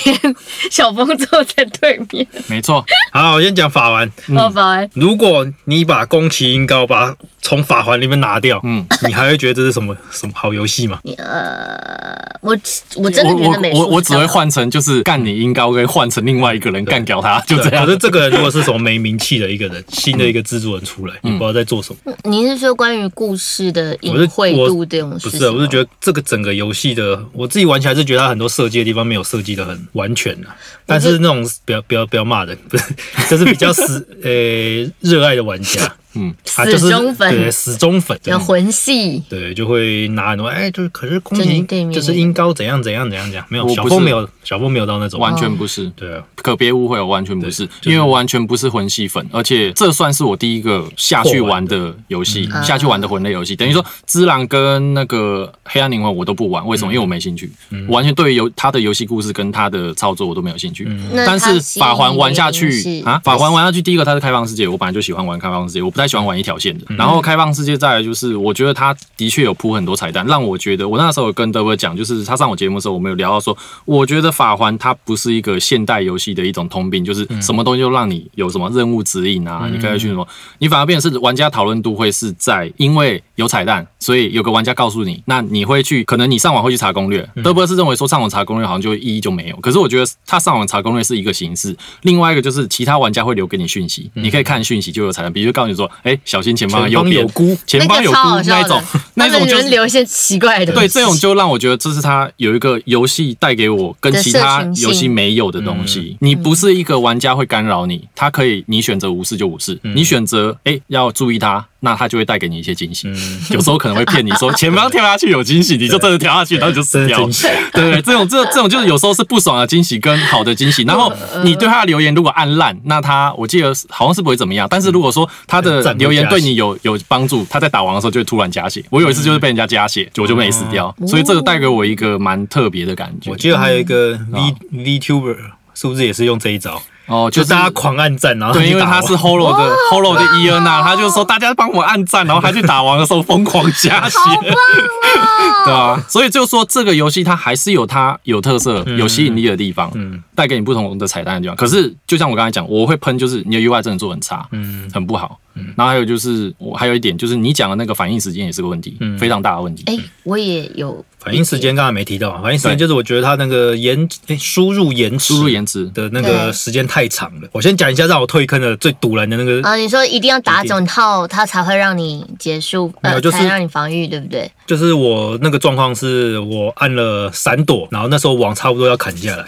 小峰坐在对面，
没错，
好，我先讲法玩。
我保安
如果你把宫崎英高把从法环里面拿掉，
嗯，
你还会觉得这是什么 (laughs) 什么好游戏吗？
呃，我我真
我
的觉得
我
美术
我我只会
上
换成就是干你音高跟换成另外一个人干掉他，就
对
这样
可。是这个人如果是什么没名气的一个人，新的一个制作人出来，你不知道在做什么。
你是说关于故事的
我是
隐晦
我
度这种
不
事情
是啊，
吗？
我是觉得这个整个游戏的，我自己玩起来是觉得它很多设计的地方没有设计的很完全啊。但是那种不要不要不要骂人， (laughs) 不是，就是比较
(laughs)
死呃热爱的玩家，
嗯，
啊就是
死忠粉
对死忠粉，
有魂系，
对，就会拿很多哎，就是可是空
就你
气
对面
就是音高怎样怎样怎样怎样，没有
我
小
不
峰
是
没有小峰没有到那种，
完全不是。
对啊，
可别误会，我完全不是，
是
因为我完全不是魂系粉，而且这算是我第一个下去玩的游戏，
嗯
下去玩的魂类游戏。等于说，《只狼》跟那个《黑暗灵魂》我都不玩，为
嗯
什么？因为我没兴趣，我完全对于游他的游戏故事跟他的操作我都没有兴趣。
嗯
那
但
它
是
嗯吸引
法环
你
玩
的
下
原
去
因是
啊，法环玩下去，第一个它是开放世界，我本来就喜欢玩开放世界，我不太喜欢玩一条线的。然后开放世界再来就是，我觉得它的确有铺很多彩蛋，让我觉得我那时候有跟德伯讲，就是他上我节目的时候，我们有聊到说，我觉得法环它不是一个现代游戏的一种通病，就是什么东西就让你有什么任务指引啊，你可以去什么，你反而变成是玩家讨论度会是在因为有彩蛋，所以有个玩家告诉你，那你会去，可能你上网会去查攻略。德伯是认为说上网查攻略好像就意义就没有，可是我觉得他上网查攻略是一个形式，另外一个就是其他玩家会留给你讯息，你可以看讯息就有彩蛋，比如告诉你说，哎，小心嗯前方
前
右
方有
边，
菇，
前方有菇
那个超好笑
那
的
一种， (laughs) 那一
他
种
们
就
轮
是。
流一些奇怪的东
对，
西，
这种就让我觉得这是它有一个游戏带给我跟其他
的社群性
游戏没有的东西。你不是一个玩家会干扰你，他可以你选择无视就无视，你选择哎要注意他，那他就会带给你一些惊喜。
嗯，
有时候可能会骗你说前方跳下去有惊喜，你就真的跳下去，然后你就死
真的
掉了
惊。喜，
(laughs) 对，这种这这种就是有时候是不爽的惊喜跟好的惊喜。然后你对他的留言如果按烂，那他我记得好像是不会怎么样。但是如果说他的
嗯赞
留言
加
对
血
你有有帮助，他在打王的时候就会突然加血。我有一次就是被人家加血，我就没死掉，所以这个带给我一个蛮特别的感觉
我。记得还有一个 V VTuber 是不是也是用这一招？
哦，
就
嗯就是
大家狂按赞，然后
对，
去
因为
啊打
他
王
是 Holo 的 Holo 的伊恩啊，他就说大家帮我按赞，然后他去打王的时候疯狂加血。 (laughs) 对啊，所以就说这个游戏它还是有它有特色、有吸引力的地方，
嗯
带给你不同的彩蛋的地方。可是就像我刚才讲，我会喷就是你的 UI 真的做得很差，
嗯
很不好。然后还有就是我还有一点就是你讲的那个反应时间也是个问题，
嗯
非常大的问题。
哎，我也有
反应时间刚才没提到，反应时间就是我觉得它那个延诶输入延迟
输入延迟，
的那个时间太长了。我先讲一下让我退坑的最堵然的那个，
啊，你说一定要打整套，它才会让你结束，
没有
呃，
就是
才让你防御，对不对？
就是我那个状况是我按了闪躲，然后那时候网差不多要砍下来。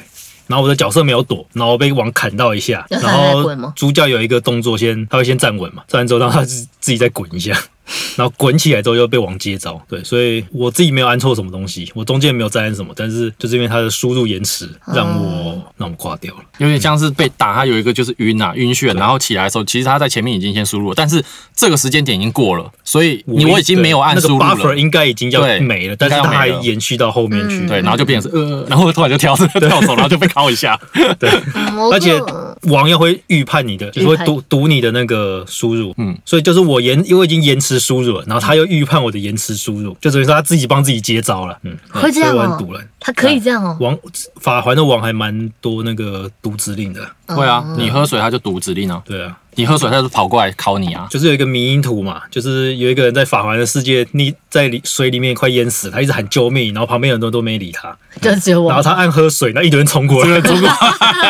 然后我的角色没有躲，然后我被网砍到一下，
有
然
闪躲
后
滚吗
主角有一个动作先，他会先站稳嘛，站完之后让他自自己再滚一下， (laughs) 然后滚起来之后又被网接招，对，所以我自己没有按错什么东西，我中间没有再按什么，但是就是因为它的输入延迟让
啊
我让我挂掉了。
有点像是被打，他有一个就是晕啊晕眩，然后起来的时候，其实他在前面已经先输入了，但是这个时间点已经过了，所以你我已经没有按
那个
输入
buffer
了。
应该已经要
对
没了，但是
应
它
该要
还
没了
延续到后面去。
嗯
对，然后就变成是呃， (laughs) 然后突然就跳跳走，然后就被敲一下。
对，
嗯我
而且
嗯
网要会预判你的，就是会读读你的那个输入，
嗯
嗯，所以就是我延，因为已经延迟输入了，然后他又预判我的延迟输入，就等于说他自己帮自己接招了，嗯，
会这
所以
样
我
哦
很，堵了。
它可以这样哦，
王法环的网还蛮多那个读指令的，
嗯
对啊，你喝水他就读指令啊，
对啊，
你喝水他就跑过来敲你啊。
就是有一个迷因图嘛，就是有一个人在法环的世界溺在里水里面快淹死，他一直喊救命，然后旁边很多人都没理他，
就只有
然后
我。
他按喝水，那一堆人冲过来，冲过来，
(laughs)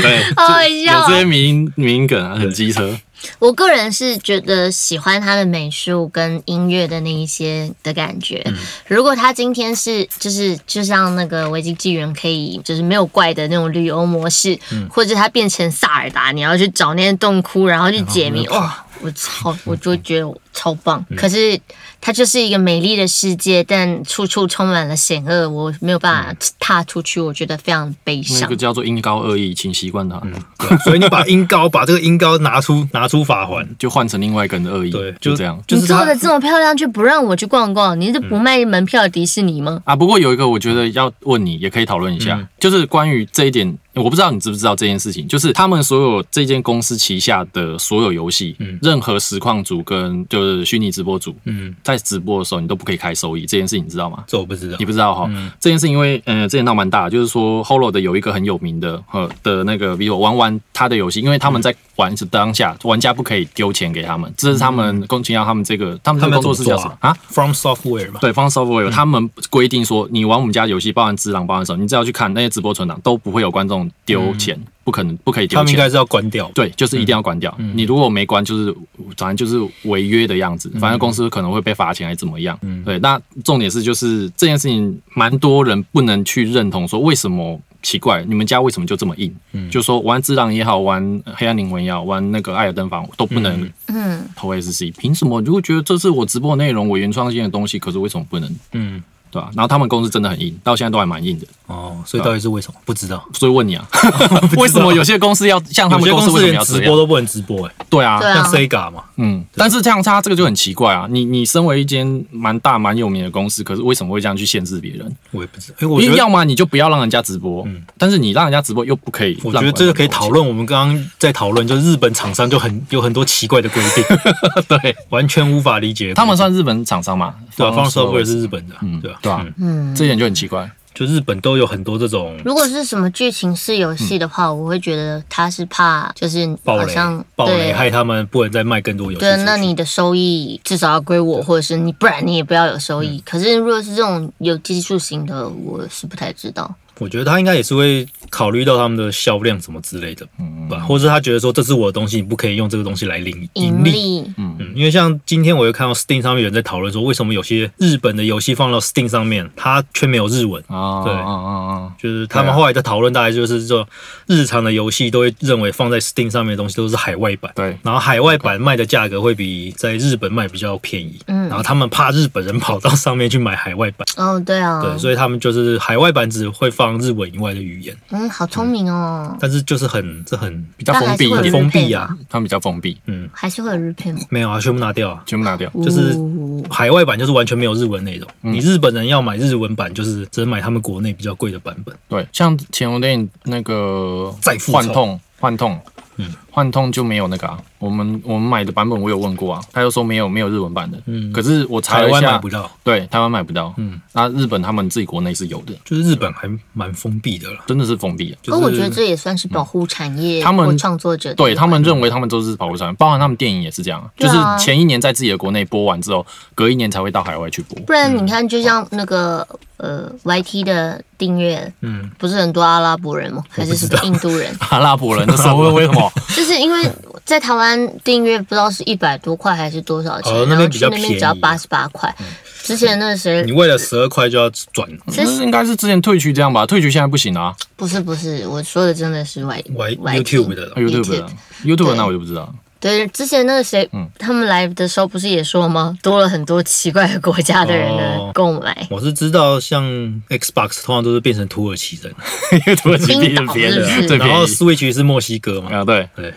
对，
好好
有
笑
这些名名梗啊，很机车。
我个人是觉得喜欢他的美术跟音乐的那一些的感觉。如果他今天是就是就像那个维京纪元可以就是没有怪的那种旅游模式，或者他变成萨尔达，你要去找那些洞窟，然后去解谜，哇、我超我就觉得我超棒。可是它就是一个美丽的世界，但处处充满了险恶，我没有办法踏出去，我觉得非常悲
那
伤
个。叫做音高恶意，请习惯它，
对所以你把音高把这个音高拿出拿出法环，
就换成另外一个人的恶意，
对，
就这样。
就是
你做
他
的这么漂亮，却不让我去逛逛，你这不卖门票的迪士尼吗？
嗯
啊，不过有一个我觉得要问你，也可以讨论一下，就是关于这一点，我不知道你知不知道这件事情，就是他们所有这间公司旗下的所有游戏，
嗯
任何实况组跟就是虚拟直播组，
嗯，
在直播的时候你都不可以开收益，这件事情你知道吗？
这我不知道
你。不知道哈、
嗯
这件事因为呃之前闹蛮大的，就是说 Holo 的有一个很有名的呃的那个 vivo 玩玩他的游戏，因为他们在玩是当下，玩家不可以丢钱给他们，这是他们工勤要他们这个他们这
嗯他
个
们
工作室叫什么
怎么做
啊？
From Software 嘛，
对，方 software、他
嗯
们规定说，你玩我们家游戏，包含《只狼》、包含什么，你只要去看那些直播存档，都不会有观众丢钱，不可能，不可以
嗯他
丢
们应
钱
该。嗯是要关掉。
对，就是一定要关掉。你如果没关，就是反正就是违约的样子，
嗯
反正公司可能会被罚钱还是怎么样。对，那重点是就是这件事情，蛮多人不能去认同，说为什么奇怪，你们家为什么就这么硬？
嗯
就说玩《只狼》也好，玩《黑暗灵魂》也好，玩那个《艾尔登法环》都不能
嗯，
投 SC，凭什么？如果觉得这是我直播内容，我原创性的东西，可是为什么不能？
嗯，
对吧、然后他们公司真的很硬，到现在都还蛮硬的。
哦，所以到底是为什么？不知道。
所以
(laughs)
问你啊，为什么有些公司要像他
有
们
些
公司
公
为
司
什么
连
要
直
这
播
样？
都不能直播，哎，
对啊，
对啊
像 Sega 嘛，
嗯，但是这样他这个就很奇怪啊。你你身为一间蛮大蛮有名的公司，可是为什么会这样去限制别人？
我也不知道。因为我
因
觉
为
得，嗯
要么你就不要让人家直播，但是你让人家直播又不可以。
我觉得这个可以讨。论。我们刚刚在讨论，就是日本厂商就很有很多奇怪的规
(laughs)
定，
对，
完全无法理解。
他们算日本厂商嘛？
对啊吧
From
？From Software
Software
是日本的，对吧？
对啊
嗯，
嗯，
这一点就很奇怪。
就日本都有很多这种
如果是什么剧情式游戏的话，我会觉得他是怕就是
暴
好
嗯雷
像，
暴雷
对
害他们不能再卖更多游戏出去。
对，那你的收益至少要归我，或者是你不然你也不要有收
嗯
益。可是如果是这种有技术型的，我是不太知道。
我觉得他应该也是会考虑到他们的销量什么之类的，吧？或者是他觉得说这是我的东西，你不可以用这个东西来盈
盈
盈利。
利，
嗯，因为像今天我又看到 Steam 上面有人在讨论说，为什么有些日本的游戏放到 Steam 上面，它却没有日文。
啊，
对
嗯嗯嗯，
就是他们
对啊
后来在讨论，大概就是说，日常的游戏都会认为放在 Steam 上面的东西都是海外版，
对
然后海外版卖的价格会比在日本卖比较便宜，
嗯
然后他们怕日本人跑到上面去买海外版，
哦，对啊，
对，所以他们就是海外版只会放日文以外的语言，
嗯，好聪明哦，
但是就是很这很
比较封闭一
但还是会
很
有，
点
封闭啊，
他们比较封闭，
嗯，
还是会有日哦片吗？
没有啊，全部拿掉啊，
全部拿掉。
就是
呜
海外版就是完全没有日文内容，
嗯
你日本人要买日文版，就是只能买他们国内比较贵的版本。
对，像前红电影那个
再复仇
幻痛，幻痛，
嗯，
幻痛就没有那个啊。我们我们买的版本我有问过啊，他就说没有没有日文版的。
嗯
可是我查
台
了一
湾买
下
不，到，
对，台湾买不到。
嗯
嗯，那日本他们自己国内是有的，
就是日本还蛮封闭的了。
真的是封闭啊。
就
可
是
哦我觉得这也算是保护产业
他们
或创作者的
对他们认为他们都是保护商，包含他们电影也是这样啊，就
对
是
啊
前一年在自己的国内播完之后，隔一年才会到海外去
(laughs)
播。
不
嗯
然你看，就像那个呃 YT 的订阅，
嗯，
不是很多阿拉伯人吗？还是什么印度
(laughs)
人？
阿拉伯人的社会为什么？
就是因为在台湾订阅不知道是一百多块还是多少钱，
哦那
然
边
后
比
去
较
那
便宜嗯
边只要八十八块。之前那谁
你为了十二块就要转
这
那应该是之前退去这样吧，退去现在不行啊
不是不是，我说的真的是 Y
Y YouTube 的了，
，YouTube 的啊 YouTube 那我就不知道了。
对，之前那个谁、
嗯
他们来的时候不是也说吗？多了很多奇怪的国家的人
哦
的购买。
我是知道，像 Xbox 通常都是变成土耳其人，
因 (laughs) 为土耳其
冰
便
岛
宜，
是不是
最
然
便
后
宜
Switch 是墨西哥嘛，
啊，对，
对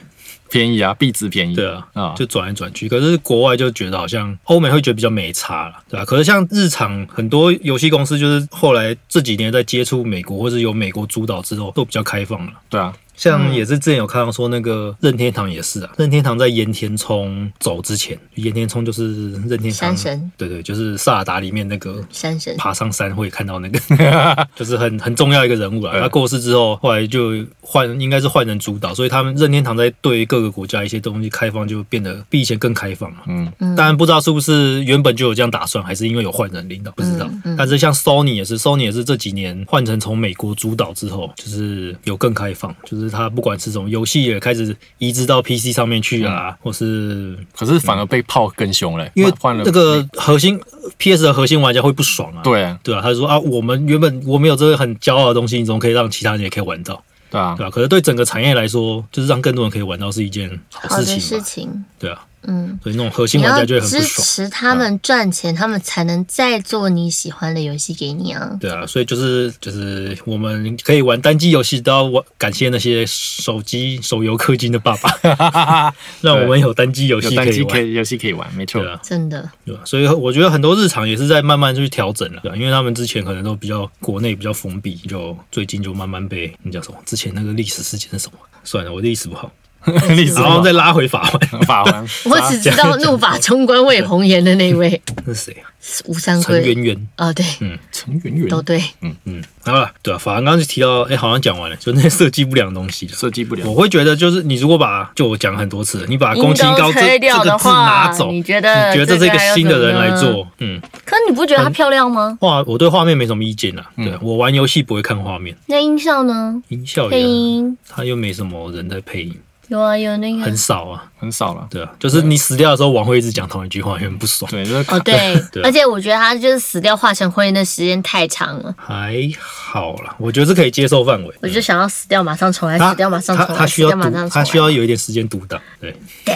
便宜啊，币值便宜，
对啊，
啊，
就转来转去。可是国外就觉得好像欧美会觉得比较没差了，对吧、可是像日常很多游戏公司，就是后来这几年在接触美国或者有美国主导之后，都比较开放了。
对啊，
嗯
像也是之前有看到说那个任天堂也是啊，任天堂在岩田聪走之前，岩田聪就是任天堂
山神，
对对，就是萨尔达里面那个
山神，
爬上山会看到那
(laughs)
个，就是很很重要一个人物了。
对
他过世之后，后来就换，应该是换人主导，所以他们任天堂在对各个国家一些东西开放，就变得比以前更开放嘛。
嗯，
嗯
当然不知道是不是原本就有这样打算，还是因为有换人领导，不知道。
嗯嗯
但是像 Sony 也是，Sony 也是这几年换成从美国主导之后，就是有更开放，就是它不管是从游戏也开始移植到 PC 上面去啊，
嗯
或是
可是反而被泡更凶嘞，
因为
换了
那个核心 PS 的核心玩家会不爽啊。
对
对啊，他就说啊，我们原本我们有这个很骄傲的东西，你怎么可以让其他人也可以玩到？
对啊
对，吧、可是对整个产业来说，就是让更多人可以玩到是一件好
好
事
的
情
事
嘛。
情，
对啊，
哦嗯，
所以那种核心
你
玩
要
家就会很
支
不爽。
持他们赚钱，他们才能再做你喜欢的游戏给你啊。
对啊，所以就是就是我们可以玩单机游戏，都要玩感谢那些手机手游氪金的爸爸，让我们有单机游
有
戏可
单
以
机可
玩。
以游戏可以玩，没错
对。啊，
真的，
对啊，所以我觉得很多日常也是在慢慢去调整了，对啊，因为他们之前可能都比较国内比较封闭，就最近就慢慢被那叫什么？之前那个历史事件是什么？算了，我历史不好，
(laughs) 历史
然后再拉回法环，
嗯
法环，
我只知道怒发冲冠为红颜的那位
那 (laughs) 是谁啊？
是吴 (laughs) 三
陈
桂。
圆圆，
哦，对，
陈圆圆
都对，
嗯，好了，对啊，法环刚刚就提到，哎、好像讲完了，就那些设计不良的东西了。
设计不了
我，会觉得，就是你如果把，就我讲很多次了，你把宫崎高这
推
这
掉
个
的
字
话
拿，走，
你
你
觉得
觉得这是一个新的人来
这个要怎么呢？
做，嗯，
可你不觉得她漂亮吗？
画我对画面没什么意见啦，
嗯
对我玩游戏不会看画面，
那音效呢？
音效
配
也，
音
它又没什么人在配音，
有啊，有那
很
个
少啊，
很少了。
对啊，就是你死掉的时候，网会一直讲同一句话，也很不爽，
对，就是
哦， (laughs) (laughs) 对
对，啊
而且我觉得她就是死掉化成灰的时间太长了，
还好啦，我觉得是可以接受范围。
我就想要死掉马上重来，
他
死掉马上
他
重来，
他需
死
要
掉马
独
上重来。
他需要有一点时间独挡，对，
对，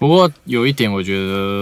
不过有一点，我觉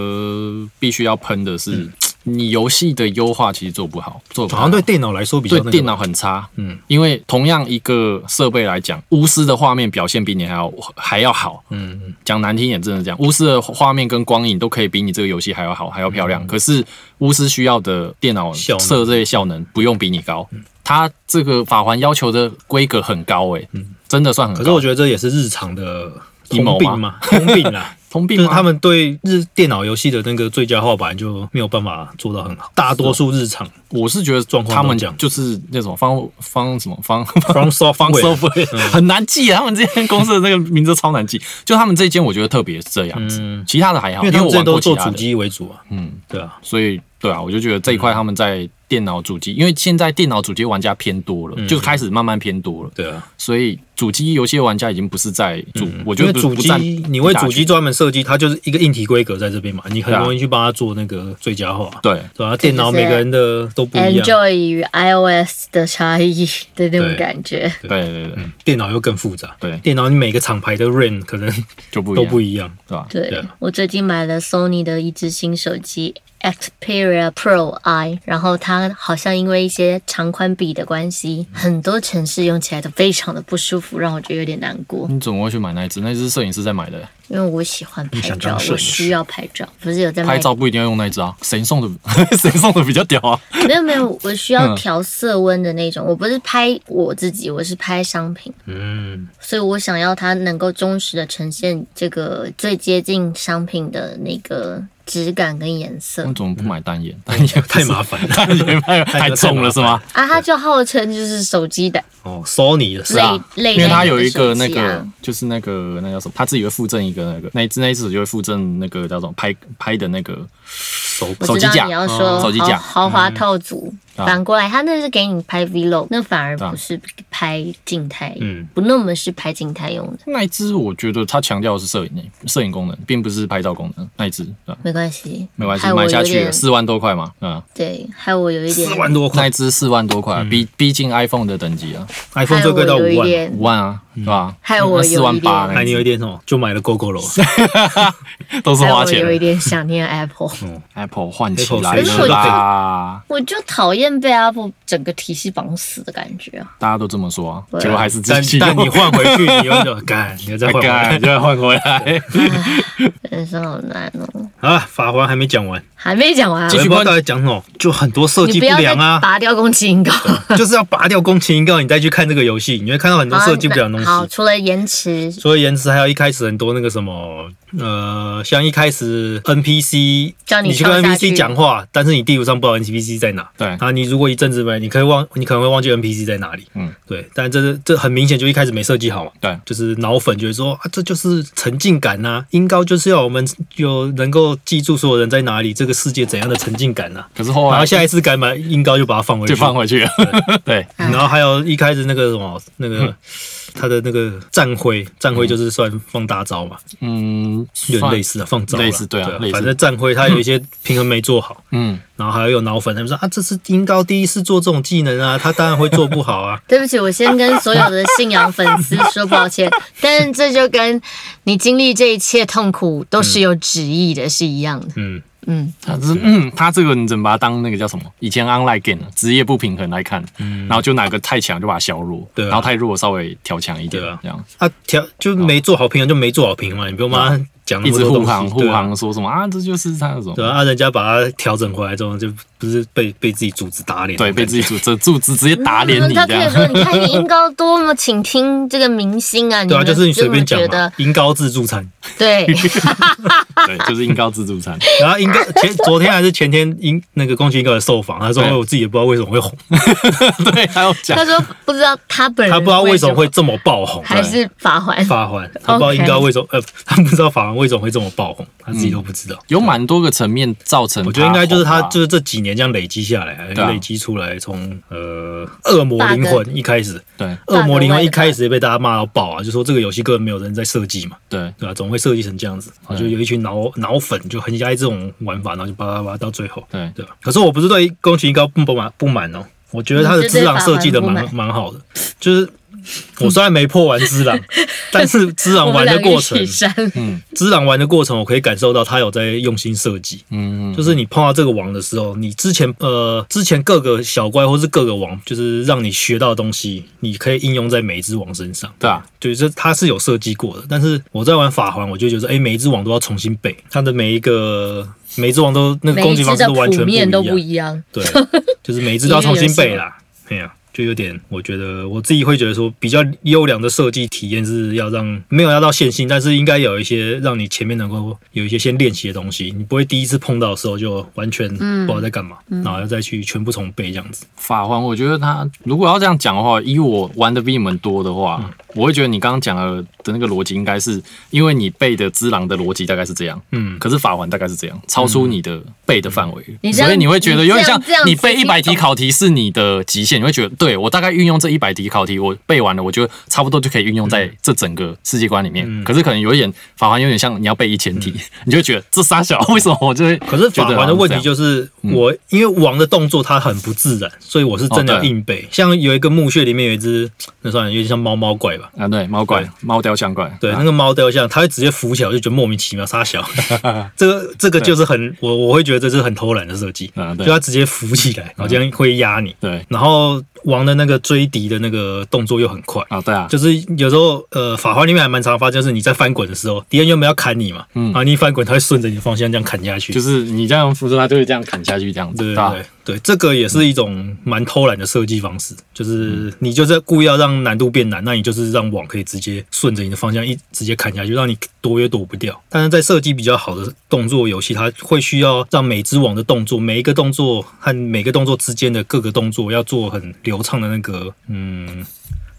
得必须要喷的是，你游戏的优化其实做不好，做不
嗯好
好
像。对电脑来说比较
对
那个
电脑很差，
嗯
嗯，因为同样一个设备来讲，巫师的画面表现比你还要还要好。
嗯，嗯
讲难听一点，真的讲，巫师的画面跟光影都可以比你这个游戏还要好，还要漂
嗯
亮。可是巫师需要的电脑
效能
设备效能不用比你高，它这个法环要求的规格很高、欸，真的算很
嗯
高。
可是我觉得这也是日常的
阴
通
谋
病嘛，通 (laughs) 病啦。
通病
就
吗
是他们对日电脑游戏的那个最佳化版就没有办法做到很好，大多数日常
我是觉得
状况
他
都
们
这样
就是那种方方什么
(laughs)
方
from soft
方 software
嗯
很难记啊，他们这间公司的那个名字超难记，就他们这间我觉得特别是这样子，
嗯，
其他的还好，
因为
因
他
为
们
我
这
玩
都
过其
做
他
主
的，
机为主啊，
嗯，
对啊，
所以对啊，我就觉得这一块他们在电脑主机，因为现在电脑主机玩家偏多
嗯
了，就开始慢慢偏多了，
对啊，
所以主机游戏玩家已经不是在主，我觉
嗯因为
得不
主
不
机
占
你为
不大
主机
群
专门设计，它就是一个硬体规格在这边嘛，你很
对啊
容易去帮它做那个最佳化，
对
对啊，电脑每个人的都不一样，
Enjoy 与 iOS 的差异的那
对嗯
种感觉。
对对对，
电脑又更复杂，
对
电脑你每个厂牌的 RAM 可能
就不一
都
样，
不一样，
对吧？
对
对啊
我最近买了 Sony 的一只新手机 Xperia Pro I，然后它好像因为一些长宽比的关系，很多城市用起来都非常的不舒服，让我觉得有点难过。
嗯
你怎么会去买那一只？那只是摄影师在买的，
因为我喜欢
你
拍
想
照
当摄，影
我
师
需要拍照，不是有在卖
拍照不一定要用那一只啊，谁送的？ (laughs) 谁送的比较屌啊？
(laughs) 没有没有，我需
嗯
要调色温的那种。我不是拍我自己，我是拍商品，
嗯，
所以我想要它能够忠实的呈现这个最接近商品的那个质感跟颜色
那
嗯
怎么不买单眼？单眼
哎太麻烦了。
(laughs) 单眼太太重了是吗？
啊。它就号称就是手机的
哦，Sony 的是
类
啊，
类
因为它
它
有一个
啊
那个，就是那个那叫什么，它自己会附赠一个那个那一只那一只就会附赠那个叫什么拍拍的那个
手
我
手
知
机
道
架
你要
嗯
说
手机架
豪豪华套组，
啊
反过来它那是给你拍 vlog，那反而
对啊
不是拍静态，
嗯
不那么是拍静态用的。
那一只，我觉得它强调的是摄影诶摄影功能，并不是拍照功能。那一只对吧啊
没关系，
没关系
害，我
买
有
下去
点
了四万多块嘛，嗯，
哦
对，害我有一点
四万多
那
块
一只四万
嗯
多块，逼逼近 iPhone 的等级啊，
，iPhone 最贵到五万，
五万啊，
嗯
对
(laughs)
吧？
害我有一点
四万八，
哎，
那
你有一点哦，就买了 GoGo 了。
都是
害
花
我
钱
有。一点想念 Apple。
嗯 Apple 换起来
Apple
了啦，
我就讨厌被 Apple 整个体系绑死的感觉啊！
大家都这么说啊，
对
结果还是自
但
己
但
用
你换回去，你又就干，你又再换回来
(laughs) 干，。就要换回来。
人生好难哦，
(laughs) 啊，法环还没讲完，
还没讲完啊
继
我也
续
不知道到底讲什么，就很多设
你
计
不要再
良啊，
拔掉宫崎英高。 (laughs)
就是要拔掉宫崎英高，你再去看这个游戏，你会看到很多设计不良的
好啊好，
东西。
除了延迟，
所以延迟还有一开始很多那个什么，呃，像一开始 NPC，
叫你
你去跟
跳下去。
NPC 讲话，但是你地图上不知道 NPC 在哪。
对
啊，你如果一阵子没，你可以忘，你可能会忘记 NPC 在哪里。
嗯，
对，但这是这很明显就一开始没设计好嘛。
对
就是脑粉觉得说啊，这就是沉浸感呐、啊，音高就是要我们有能够记住所有人在哪里，这个世界怎样的沉浸感呐、啊。
可是后
然
来
后下一次改买音高就把它放回去，
就放回去了。 (laughs) 对，
然后还有一开始那个什
嗯
么，那个他的那个战徽，战徽就是算放大招嘛，
嗯，跟
有点
算
类似的放招啦，
类似对啊类似
反正战灰他有一些平衡没做好，
嗯，
然后还有脑粉，他们说啊，这是音高第一次做这种技能啊，他当然会做不好啊 (laughs)
对不起，我先跟所有的信仰粉丝说抱歉，但这就跟你经历这一切痛苦都是有旨意的，是一样的。
嗯，
嗯，
他是嗯，他这个你怎么把它当那个叫什么？以前 online game 职业不平衡来看，然后就哪个太强就把它削弱，
嗯对啊
然后太弱稍微调强一点
对啊，
这样
啊调就没做好平衡就没做好平衡嘛，你不用帮他讲那
一
么
直
多
护
东西
航护
对啊
航说什么啊？这就是他那种
对啊，啊人家把它调整回来之后，就不是被被自己组织打脸，
对被自己组这组织直接打脸
嗯
你
他
这
可以
样，
说，你看你音高多么，请听这个明星
(laughs)
啊，
对啊，
们
就是你随便
这
讲
么觉
嘛
得，
音高自助餐。
对，
(laughs)
(laughs)
对，就是音高自助餐。
然后音高前昨天还是前天音那个宫崎英高的受访，他说
对
哎我自己也不知道为什么会红，
对，还有讲
啊
他说不知道他本人，
他不知道为什么会这么爆红。
还是法环，
发环，他不知道音高为什么，呃，他不知道法环为什么会这么爆红，他自己都不知道。
有蛮多个层面造成他红啊，
我觉得应该就是他，就是这几年这样累积下来，
对啊
累积出来从呃恶魔灵魂一开始，
对
恶魔灵魂一开始被大家骂到爆啊，就说这个游戏根本没有人在设计嘛，
对
对吧、总会设计成这样子，然后就有一群脑脑粉就很喜爱这种玩法，然后就叭叭叭到最后，
对，
对吧？啊可是我不是对宫崎英高不不满不满哦，我觉得他的织
你
朗
嗯是对法
设
环
计的
不满
蛮蛮好的，就是我虽然没破完织朗，但是织朗玩的过
(laughs)
程
我们两个一起，删
嗯
织朗玩的过程，我可以感受到他有在用心设计。
嗯，嗯
就是你碰到这个网的时候，你之前呃之前各个小怪或是各个网，就是让你学到的东西，你可以应用在每一只网身上。
对啊，
对，这它是有设计过的。但是我在玩法环，我就觉得说，哎，每一只网都要重新背，它的每一个每一只网都那个
每
攻
一
击
只
方式
的
都完
谱
全
面都
不
不一
一样。
样。
对， (laughs) 就是每一只都要重新背啦。哎呀、就有点，我觉得我自己会觉得说，比较优良的设计体验是要让没有要到线性，但是应该有一些让你前面能够有一些先练习的东西，你不会第一次碰到的时候就完全不知道在干嘛，然后要再去全部重背这样子。
法环，我觉得他如果要这样讲的话，以我玩的比你们多的话，
嗯
我会觉得你刚刚讲的的那个逻辑，应该是因为你背的之狼的逻辑大概是这样，
嗯，
可是法环大概是这样，超出你的背的范围，
你这样
所以你会觉得有点像
你这样
你背
这样子
一百题考题是你的极限，你会觉得对我大概运用这一百题考题，我背完了，我觉得差不多就可以运用在
嗯
这整个世界观里面。可是可能有一点法环有点像你要背一千题，你 (laughs) 就会觉得这傻小，为什么我就会
嗯可是法
觉得好
环的
像
问
这
题
样嗯
就是我，因为王的动作它很不自然，所以我是真的
哦
要
对
硬背。像有一个墓穴里面有一只，那算了，有点像猫猫怪吧，
啊对猫怪
对
猫雕像怪
对，
啊
那个猫雕像，它会直接浮起来，我就觉得莫名其妙，傻
(laughs)
小。这个这个就是很我我会觉得这是很偷懒的设计，
啊
就
对
它直接浮起来，然后这样会压你。
对
然后王的那个追敌的那个动作又很快，
啊对啊
就是有时候呃法环里面还蛮常发生，就是你在翻滚的时候，敌人原本要砍你嘛，
嗯
然后你一翻滚，它会顺着你的方向这样砍下去。
就是你这样扶着它，就会这样砍下去，这样子，
对
吧
对对对，这个也是一种蛮偷懒的设计方
嗯
式，就是你就是故意要让难度变难，那你就是让网可以直接顺着你的方向一直接砍下去，让你躲也躲不掉。但是在设计比较好的动作游戏，它会需要让每只网的动作，每一个动作和每个动作之间的各个动作要做很流畅的那个嗯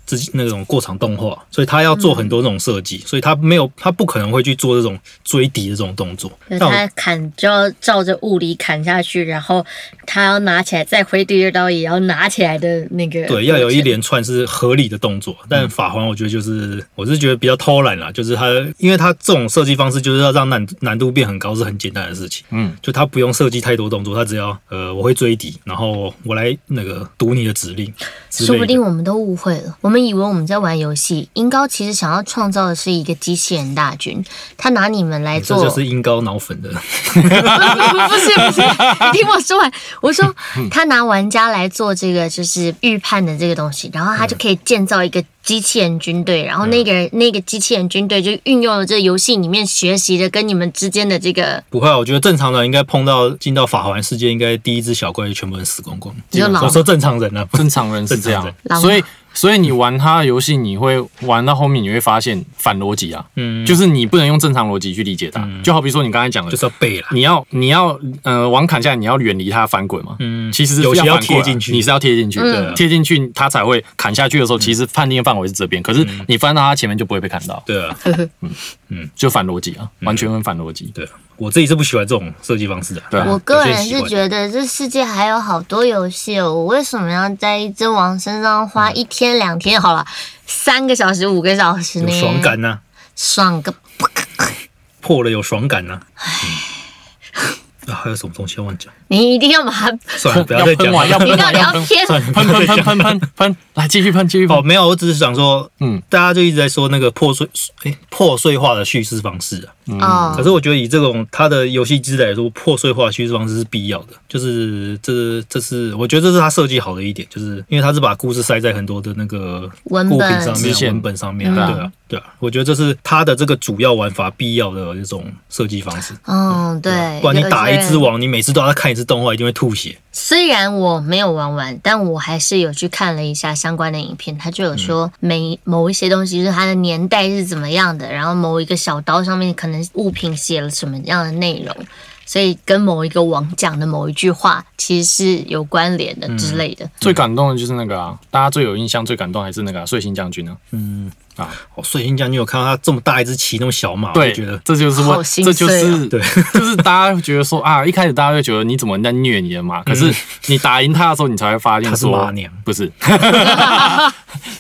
自己那种过场动画，所以他要做很多这种
嗯
设计，所以他没有他不可能会去做这种追敌的这种动作。
对
但我
他砍就要照着物理砍下去，然后他要拿起来再挥第二刀，也要拿起来的那个。
对，要有一。连串是合理的动作，但法环我觉得就是，我是觉得比较偷懒啦，就是它，因为它这种设计方式就是要让难难度变很高，是很简单的事情。
嗯，
就它不用设计太多动作，它只要呃，我会追敌，然后我来那个读你的指令之
说不
类的
定。我们都误会了，我们以为我们在玩游戏，音高其实想要创造的是一个机器人大军，他拿你们来
嗯这
做，
就是音高脑粉的，
(laughs) 不是不是，你听我说完。我说
嗯
他拿玩家来做这个就是预判的这个东西，然后他
嗯
就可以建造一个机器人军队，然后那个人那个机器人军队就运用了这游戏里面学习的跟你们之间的这个
不会啊，我觉得正常人应该碰到进到法环世界，应该第一只小怪就全部人死光光。
你就老
我说正常人啊，不
正常人是这样
正，
常人
所以所以你玩他的游戏，你会玩到后面，你会发现反逻辑啊，
嗯，
就是你不能用正常逻辑去理解它，就好比说你刚才讲的，
就是要背啦。
你要你要呃往砍下来，你要远离它翻滚嘛，
嗯
其实是
有些要
反过来啊
贴进去啊嗯
你是要贴进去，
嗯
贴进去它才会砍下去的时候，其实判定的范围是这边，可是你翻到它前面就不会被砍到，
对啊，
就反逻辑啊，完全很反逻辑，
嗯对啊，我自己是不喜欢这种设计方式的。
对啊
我个人
(laughs) 有些习
是
惯
觉得这世界还有好多游戏哦，我为什么要在一只王身上花
嗯
一天两天？好了，三个小时、五个小时
有
呢？
爽感呐、
爽个
破了有爽感呐、啊。还有什么东西要忘讲？
你一定要把
(laughs)
它，你
算了，不要再讲
喷完要
了。
喷
到底要偏
算了，不
喷
要再
喷
讲
喷喷喷喷，来继续喷继续
哦，
喷。
没有，我只是想说，
嗯
嗯，大家就一直在说那个破碎，哎、破碎化的叙事方式啊。
哦
可，是我觉得以这种它的游戏机制来说，破碎化的叙事方式是必要的。就是这这是我觉得这是它设计好的一点，就是因为它是把故事塞在很多的那个
文
物品
本
上
支线
面、文本上面，
嗯
对啊，对啊。我觉得这是它的这个主要玩法必要的这种设计方式。
嗯，对，
不然你打
有些
一
人
只网，你每次都要看一次动画，一定会吐血。
虽然我没有玩完，但我还是有去看了一下相关的影片，他就
嗯
有说每某一些东西是它的年代是怎么样的，然后某一个小刀上面可能物品写了什么样的内容，所以跟某一个网讲的某一句话其实是有关联的
嗯
之类的。
最感动的就是那个啊，大家最有印象、最感动还是那个啊，碎星将军啊。
哦，所以新疆你有看到它这么大一只骑那么小马，我
对，
哦就觉得
这就是
好
问，
心
这就
碎啊
是
对，
就是大家会觉得说啊，一开始大家会觉得你怎么在虐你的马，可是你打赢他的时候，你才会发
它
现
嗯是
说
马娘
不是， (laughs)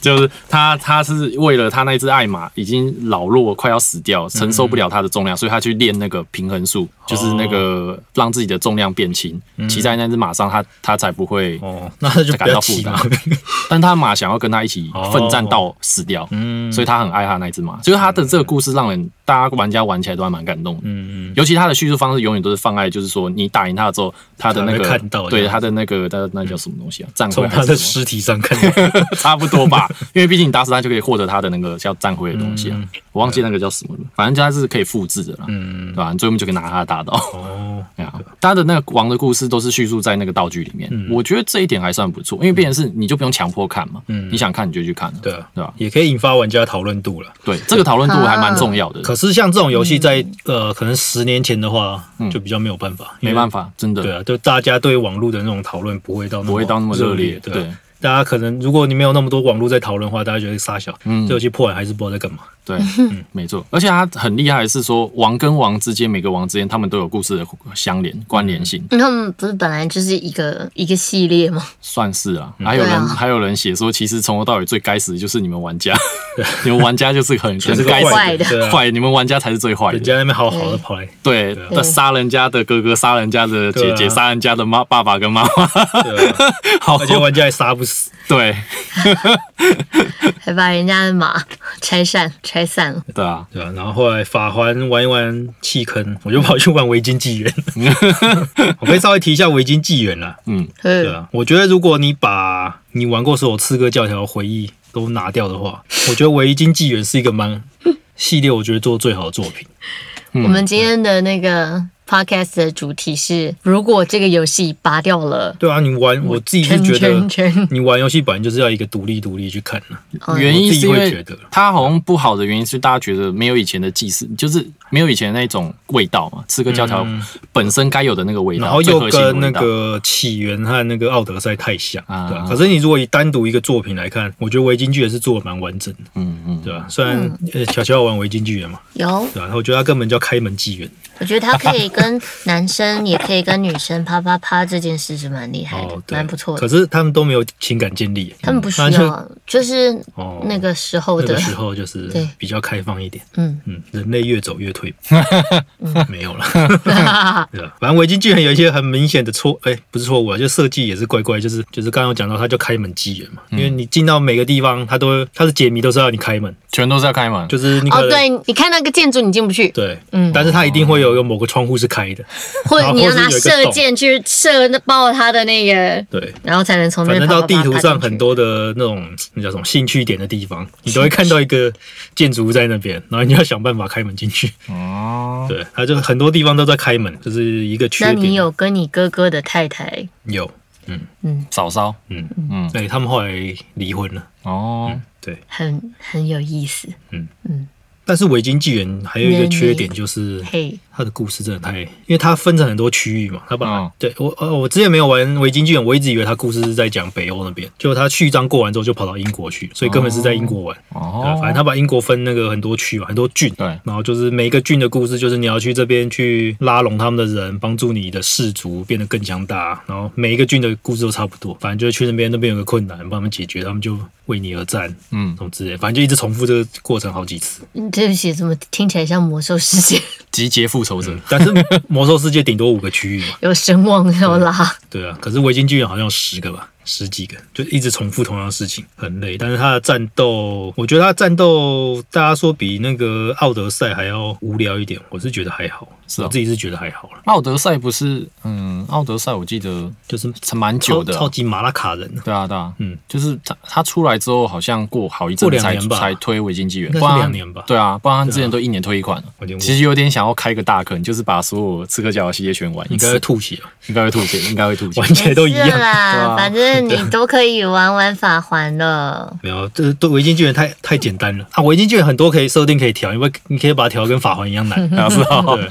就是他他是为了他那只爱马已经老弱快要死掉，承受
嗯
不了它的重量，所以他去练那个平衡术，就是
哦
那个让自己的重量变轻，
嗯
骑在那只马上，他他才不会，
哦，那它就不要骑马
感到。 (laughs) 但他的马想要跟他一起
哦
奋战到死掉，
嗯
所以他很爱他那只马，就是他的这个故事让人大家玩家玩起来都还蛮感动的。 (laughs)
嗯嗯，
尤其他的叙述方式永远都是放在就是说你打赢他之后，他的那个
才会看到这
对
样嗯
他的那个那那叫什么东西啊？战
从
徽
它
还
的
是什
尸体上看
(laughs)
到，
么？差不多吧， (laughs) 因为毕竟你打死他就可以获得他的那个叫战徽的东西啊，我忘记那个叫什么了，反正它是可以复制的啦，对
嗯，
吧？你最后面就可以拿他的大刀。
哦，
对啊，他的那个王的故事都是叙述在那个道具里面，我觉得这一点还算不错，因为变成是你就不用强迫看嘛，
嗯
你想看你就去看了，
对啊
对吧？
也可以引发玩家讨论度了。
对，这个讨论度还蛮重要的，
可是像这种游戏在
嗯
呃，可能十年前的话，就比较没有办法，
嗯没办
法。
法，真的
对啊，就大家对网络的那种讨论不会到
不会到那么热
热
烈，
对啊。大家可能如果你没有那么多网络在讨论的话，大家觉得傻小，
嗯
这游戏破完还是不知道在干嘛。
对，嗯没错，而且他很厉害的是说，王跟王之间，每个王之间，他们都有故事的相连关联
嗯
性，
他们不是本来就是一个一个系列吗？ (laughs)
算是啊。
嗯
还有人、
对啊
还有人写说，其实从头到尾最该死的就是你们
(laughs)
玩家，你们玩家就是很
全是
很
个
该死
坏的
对啊
坏，你们玩家才是最坏
人
的。
家那边好好的跑来，
对，
啊
那杀人家的哥哥，杀人家的姐姐，
对啊
杀人家的妈爸爸跟妈妈， (laughs)
对啊
嗯好
而且玩家也杀不死，
对
还把人家的马 (laughs) 拆散拆散了。
对啊，
对啊。然后后来法环玩一玩弃坑，我就跑去玩维京纪
(laughs)
元。我可以稍微提一下维京纪元啦，
嗯，
对
嗯，
啊，我觉得如果你把你玩过所有刺客教条的回忆都拿掉的话，我觉得《维京纪元》是一个蛮系列，我觉得做最好的作品。嗯
我们今天的那个 podcast 的主题是，如果这个游戏拔掉了。
对啊，你玩我自己是觉
圈
得，
圈圈
你玩游戏本来就是要一个独立独立去看啊的、
嗯
原因是因
我自己会觉
为
得
它好像不好的原因是大家觉得没有以前的祭祀，就是没有以前那种味道嘛，刺客教条本身该有的那个味道，
嗯然后
最
又
核心的
跟那
味道
个起源和那个奥德赛太像，
啊
对啊。可是你如果以单独一个作品来看，我觉得《维京纪元》是做的蛮完整的，
嗯嗯，
对吧、虽然、呃小乔有玩《维京纪元》嘛，
有，
对吧、然后我觉得它根本叫开门纪元。
我觉得他可以跟男生，也可以跟女生啪啪啪，这件事是蛮厉害的
哦，，对，
哎蛮不错
可
的。
是他们都没有情感建立，
他们不需
那就
要，啊就是
哦
那个时候
那
的
个，时候就是
对
比较开放一点， (laughs)
嗯，
嗯，人类越走越退
(laughs)
步，没有了， (laughs) 对吧？反正维京巨人有一些很明显的错，哎、不是错误啊，就设计也是怪怪，就是就是刚刚有讲到，它叫开门机人嘛，
嗯
因为你进到每个地方，它都它的解谜都是要你开门，
全都是要开门，
就是你可
哦，
能、
对，你看那个建筑你进不去，
对，
嗯
但是它一定会有一个某个窗户是开的，
或者
然后
你要
或是
拿
有一个
射
洞
箭去射那爆他的那个，
对。
然后才能从那
反正
啪啪啪
到地图
爬
上
进去
很多的那种那叫什么兴趣点的
(laughs)
地方，你都会看到一个建筑物在那边，然后你要想办法开门进去。
哦，
对，它就很多地方都在开门，就是一个缺
那
点。
你有跟你哥哥的太太，
有，
嫂嫂，
嗯
嗯
对他们后来离婚了。
哦，
对，
很很有意思，
但是维京纪元还有一个缺点就是
嘿，
他的故事真的太，因为它分成很多区域嘛，他把、
嗯
对我呃我之前没有玩维京巨人，我一直以为他故事是在讲北欧那边，结果他序章过完之后就跑到英国去，所以根本是在英国玩。对
哦
啊，反正他把英国分那个很多区嘛，很多郡，
对
然后就是每一个郡的故事，就是你要去这边去拉拢他们的人，帮助你的氏族变得更强大，然后每一个郡的故事都差不多，反正就是去那边，那边有个困难，帮他们解决，他们就为你而战，
嗯
什，么之类的，反正就一直重复这个过程好几次。
嗯对不起，怎么听起来像魔兽世界 (laughs)
集结复仇者，
但是魔兽世界顶多五个区域嘛，
有声望要拉？
对啊，可是维京巨人好像有十个吧，十几个，就一直重复同样的事情，很累。但是他的战斗，我觉得他的战斗，大家说比那个奥德赛还要无聊一点，我是觉得还好，
是哦
我自己是觉得还好了，
奥德赛不是，嗯，奥德赛我记得
就是
是蛮久
超
的啊，
超级马拉卡人啊，
对啊对啊，
嗯，
就是他他出来之后，好像过好一阵
过
子
两
才
年吧
才推维京纪元，
应该
不
是
然
两年吧
对啊，不然他之前都一年推一款了
我有点忘
其实有点想要开个大坑，就是把所有刺客教条系列全玩一
应该
次
会，吐
(laughs)
血啊，
应该会吐血，应该
(laughs)
会吐血
玩。起来都一
没事
样。
对啊
啦，反正你都可以玩玩法环了。
没有，这对维京巨人太太简单了啊！维京巨人很多可以设定可以调，因为你可以把它调得跟法环一样难，
(laughs) 啊，是哦，
对，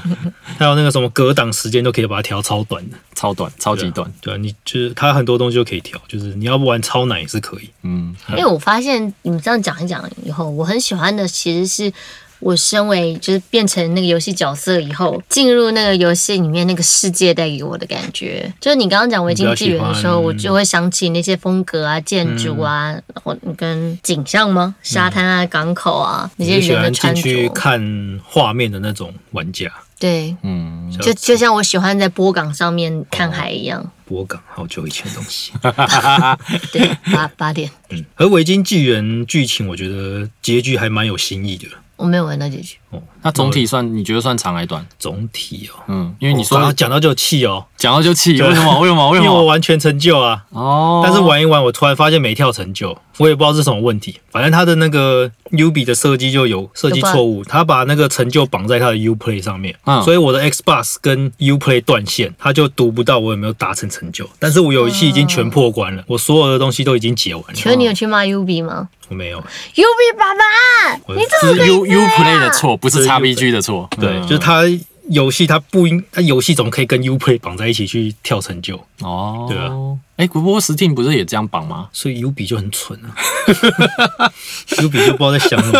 还有那个什么格挡时间都可以把它调超短的。
超短，超级短，
对啊，你就是它很多东西都可以调，就是你要不玩超难也是可以。
嗯，
因为我发现你们这样讲一讲以后，我很喜欢的其实是我身为就是变成那个游戏角色以后，进入那个游戏里面那个世界带给我的感觉。就是你刚刚讲维京纪元的时候，
你
我
比较喜
就
欢嗯
会想起那些风格啊、建筑啊，或、跟景象吗？沙滩啊、港口啊，那些
你就喜
人的
欢进
穿
去
着，
看画面的那种玩家，
对。
嗯，
就就像我喜欢在波港上面看海一样，
博港好久以前的东西。 (laughs)
对，八八点，
嗯，而维京纪元剧情，我觉得结局还蛮有新意的。
我没有玩到结局，
哦，
那总体算你觉得算长还是短？
总体哦，
嗯，因为你
哦刚
说
刚讲到就有气哦，
讲到就气，
对
为什么？为什么？
(laughs)
为
因
什
为我
么？
完全成就啊，
哦，
但是玩一玩，我突然发现没跳成就，我也不知道是什么问题。反正它的那个 U B 的设计就有设计错误，它把那个成就绑在它的 U Play 上面，
嗯
所以我的 Xbox 跟 U Play 断线，它就读不到我有没有达成成就。但是我有一期已经全破关了，我所有的东西都已经解完
请问
了，
你有去骂 UB 吗
我没有。
？UB 爸爸，
我
是 U U Play 的错，不是 XBG 的错，
对，啊
嗯
就是它游戏它不应，它游戏总可以跟 U Play 绑在一起去跳成就，
哦，
对
啊。哎，不过 Steam 不是也这样绑吗？
所以 U 比就很蠢啊 (laughs) ，U 比就不知道在想什么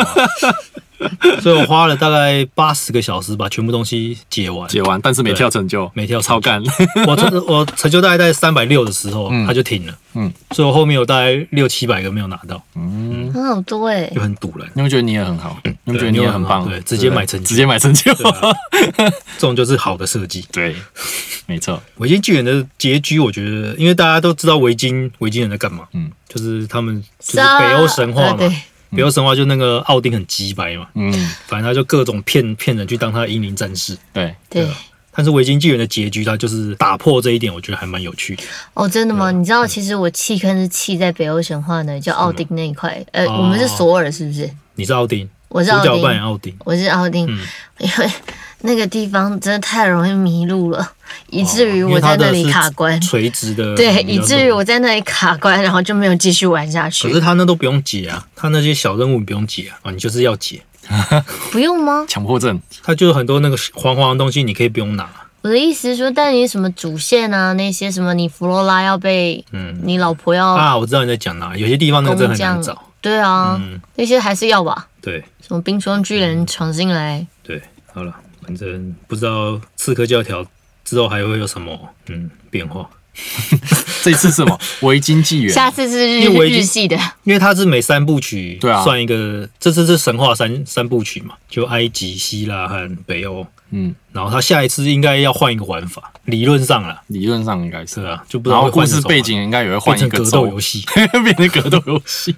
啊、所以我花了大概八十个小时把全部东西解完。
解完，但是没跳成就，
啊没跳成就
超 (laughs) 干。
我成我成就大概在三百六的时候，
嗯
它就停了。
嗯，
所以我后面有大概六七百个没有拿到，
嗯，
很好多哎、
就很堵了。
你会觉得你也很好，你会觉得你也很棒，
你嗯也很好对直接买成就
直接买成就，
对啊这种就是好的设计。
(laughs) 对，没错，
维京巨人的结局，我觉得，因为大家都知道维京维京人在干嘛，
嗯，
就是他们就是北欧神话
啊对
嘛，北欧神话就那个奥丁很鸡掰嘛，
嗯，
反正他就各种骗骗人去当他的英灵战士，
对，
对，
啊但是维京纪元的结局，它就是打破这一点，我觉得还蛮有趣的。
哦，真的
啊
吗？你知道，其实我弃坑是弃在北欧神话呢，就奥丁那一块。呃，
哦
我们是索尔，是不是？
你是奥丁，
我是
主
奥
角嗯扮演
丁，
奥丁，
我是奥丁，因为那个地方真的太容易迷路了，以至于
哦因
我
为
在那
它的
里
是
卡关。
垂直的，
对，以
你知道
至于
什么
我。在那里卡关，然后就没有继续玩下
可是
去。
他那都不用解啊，他那些小任务你不用解啊，啊你就是要解。
不用吗？
强迫症，
他就是很多那个黄黄的东西，你可以不用拿。
我的意思是说，但你什么主线啊，那些什么，你弗罗拉要被，
嗯
你老婆要
啊，我知道你在讲哪，有些地方那个真
工
的很
匠
难找。，
对啊，
嗯，
那些还是要吧。
对
什么冰霜巨人闯进来，
对，好了，反正不知道刺客教条之后还会有什么嗯变化，
这次是
(laughs)
什么维京纪元？
下次是日
因为我已经
日系的，
因为它是每三部曲
对啊
算一个，这次是神话三三部曲嘛，就埃及、希腊和北欧。
嗯，
然后他下一次应该要换一个玩法，理论上啦，
理论上应该
是
是，
啊，就不知
然
道
后
会
故
换成
事
什么
背景应该也会
变
换一
成
个
格斗游
州，
戏。 (laughs)
(laughs) 变成格斗游戏，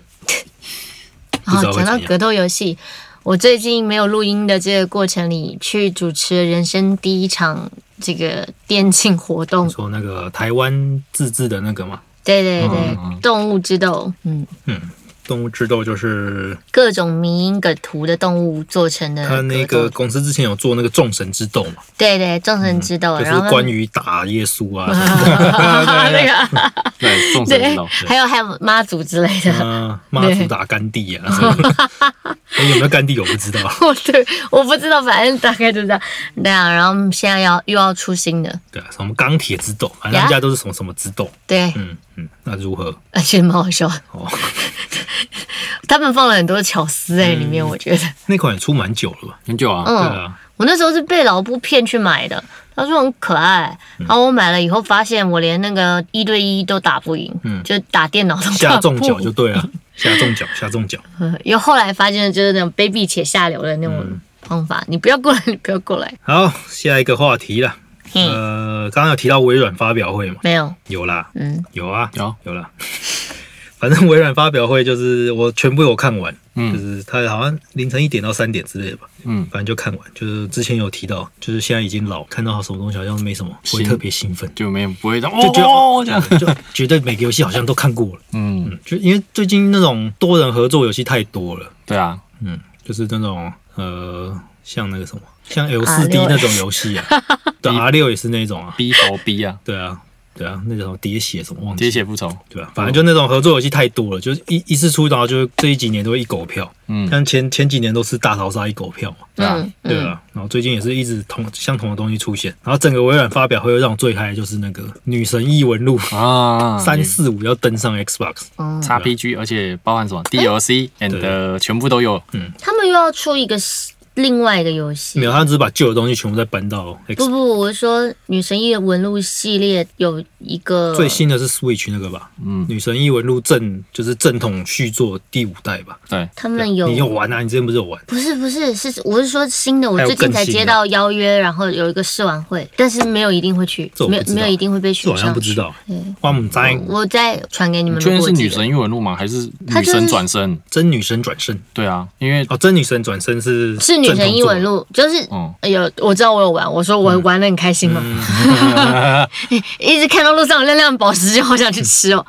啊
不知
讲到
道，会怎样
格斗游戏，我最近没有录音的这个过程里，去主持了人生第一场这个电竞活动。
说那个台湾自制的那个嘛，
对对对，
嗯嗯
动物之斗，嗯，
嗯，动物智斗就是
各种迷因梗图的动物做成的
他那
哎格
个
斗
公司之前有做那个众神之斗嘛，
对对众神之斗，
嗯就是
哦然后 (laughs)
关于打耶稣啊，
那
(laughs)
个
对，众神之
啊对
道，，
还有还有妈祖之类的，
嗯，妈祖打甘地啊， (laughs) 哎你有没有甘地我不知道。
哦，对， (laughs) 我不知道，反正大概就这样。对啊，然后现在要又要出新的，
对啊，什么钢铁之斗，反正他们家都是什么什么之斗。
对，
嗯嗯，那如何？
(laughs) 而且蛮好笑的。
哦，
他们放了很多巧思在里面，
嗯
我觉得，
那款也出蛮久了吧？
很久啊，
嗯，
对啊，
我那时候是被老布骗去买的，他说很可爱，
嗯
然后我买了以后发现我连那个一对一都打不赢，
嗯
就打电脑都
下
打不
重脚
赢。
就对了，下重脚，下重脚。
嗯又后来发现就是那种卑鄙且下流的那
嗯
种方法，你不要过来，你不要过来。
好，下一个话题啦。
嘿，
呃，刚刚有提到微软发表会嘛？
没有，
有啦，
嗯，
有啊，
有
有啦。 (laughs) 反正微软发表会就是我全部有看完，就
嗯
是它好像凌晨一点到三点之类的吧，
嗯，
反正就看完。就是之前有提到，就是现在已经老，看到什么东西好像没什么，不会
行
特别兴奋，
就没有不会这样，
就觉得
哦这样，
(laughs) 就觉得每个游戏好像都看过了。
嗯，
嗯，就因为最近那种多人合作游戏太多了，
对啊，
嗯，就是那种呃，像那个什么，像 L 四 D
R6
那种游
(laughs)
戏啊，对 R 六也是那种啊，
逼头逼啊，
对啊，对啊，那种喋血什么忘
喋
记，
血复仇，
对啊，反正就那种合作游戏太多了，就是一一次出，然后就这一几年都会一狗票，
嗯，
像前前几年都是大逃杀一狗票嘛。
对啊
嗯，
对
嗯，
啊，然后最近也是一直同相同的东西出现，然后整个微软发表会让我最嗨的就是那个《女神异闻录》
啊，
三四五要登上 Xbox，
哦嗯
XPG，而且包含什么 DLC and 呃全部都有，
他们又要出一个新另外一个游戏
没。有，他只是把旧的东西全部再搬到 X，
不不，我是说《女神异闻录》系列有一个
最新的是 Switch 那个吧，
嗯
《女神异闻录》正就是正统续作第五代吧。
对，
他们有
你有玩啊？你之前不是有玩？
不是不是是我是说新的，我
还有
最近
更
才
新的
接到邀约，然后有一个试玩会，但是没有一定会去
这，我不
没有
知道
没有一定会被
这
选
好像
上
不知
去。
道。哇，我们在
我再传给你们。
确
如
认
果
是
记
女
得
神异闻录吗？还是
它
女
就是
神转身？
真女神转身
对啊，因为
哦，真女神转身是
是女神异闻录，就是
嗯
有我知道我有玩，我说
嗯
我玩的很开心
(laughs)
嘛，一直看到路上有亮亮的宝石就好想去吃哦，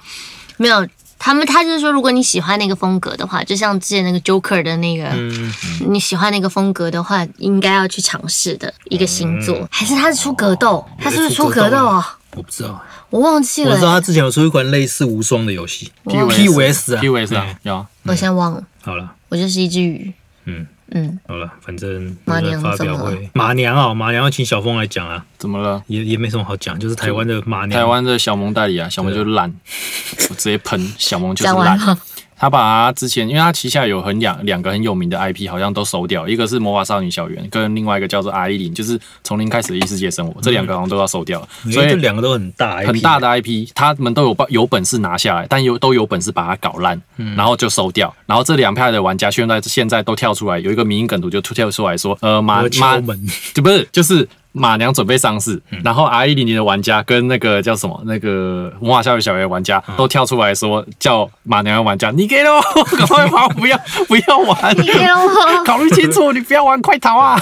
没有。他们他就是说，如果你喜欢那个风格的话，就像之前那个 Joker 的那个，
正统作。嗯，
你喜欢那个风格的话，应该要去尝试的一个星座，
嗯
还是他是出格斗？他是不是出格斗啊？
我不知道，
我忘记
我
了、
知道他之前有出一款类似无双的游戏
哇
PUS 啊
PVS 啊
嗯，
有啊，
我现在忘了，
好了，
我就是一只鱼。
嗯，
嗯，
好了，反正
马娘
发表
怎么
会，马娘哦，马娘要请小峰来讲啊，
怎么了？
也也没什么好讲，就是台湾的马娘。
台湾的小萌代理啊，小萌就烂，我直接喷小萌就是
讲完
烂。
了。
他把他之前，因为他旗下有很两两个很有名的 IP，好像都收掉，一个是《魔法少女小圆》，跟另外一个叫做《R 一零》，就是从零开始的异世界生活，这两个好像都要收掉了，
因
所
为这
以。
两个都很大 IP，
很大的 IP，他们都有把有本事拿下来，但有都有本事把它搞烂，
嗯
然后就收掉。然后这两派的玩家现在现在都跳出来，有一个民营梗图就跳出来说，呃，马
我
马
敲门，嗯
就不是就是马娘准备上市，然后 R 一零零的玩家跟那个叫什么那个魔法少女小圆的玩
嗯
家都跳出来说，叫马娘的玩家，你给
(laughs)
了我，赶快跑，不要不要
(laughs)
玩，
你给我
考虑清楚，你不要玩，快逃
(laughs)
啊！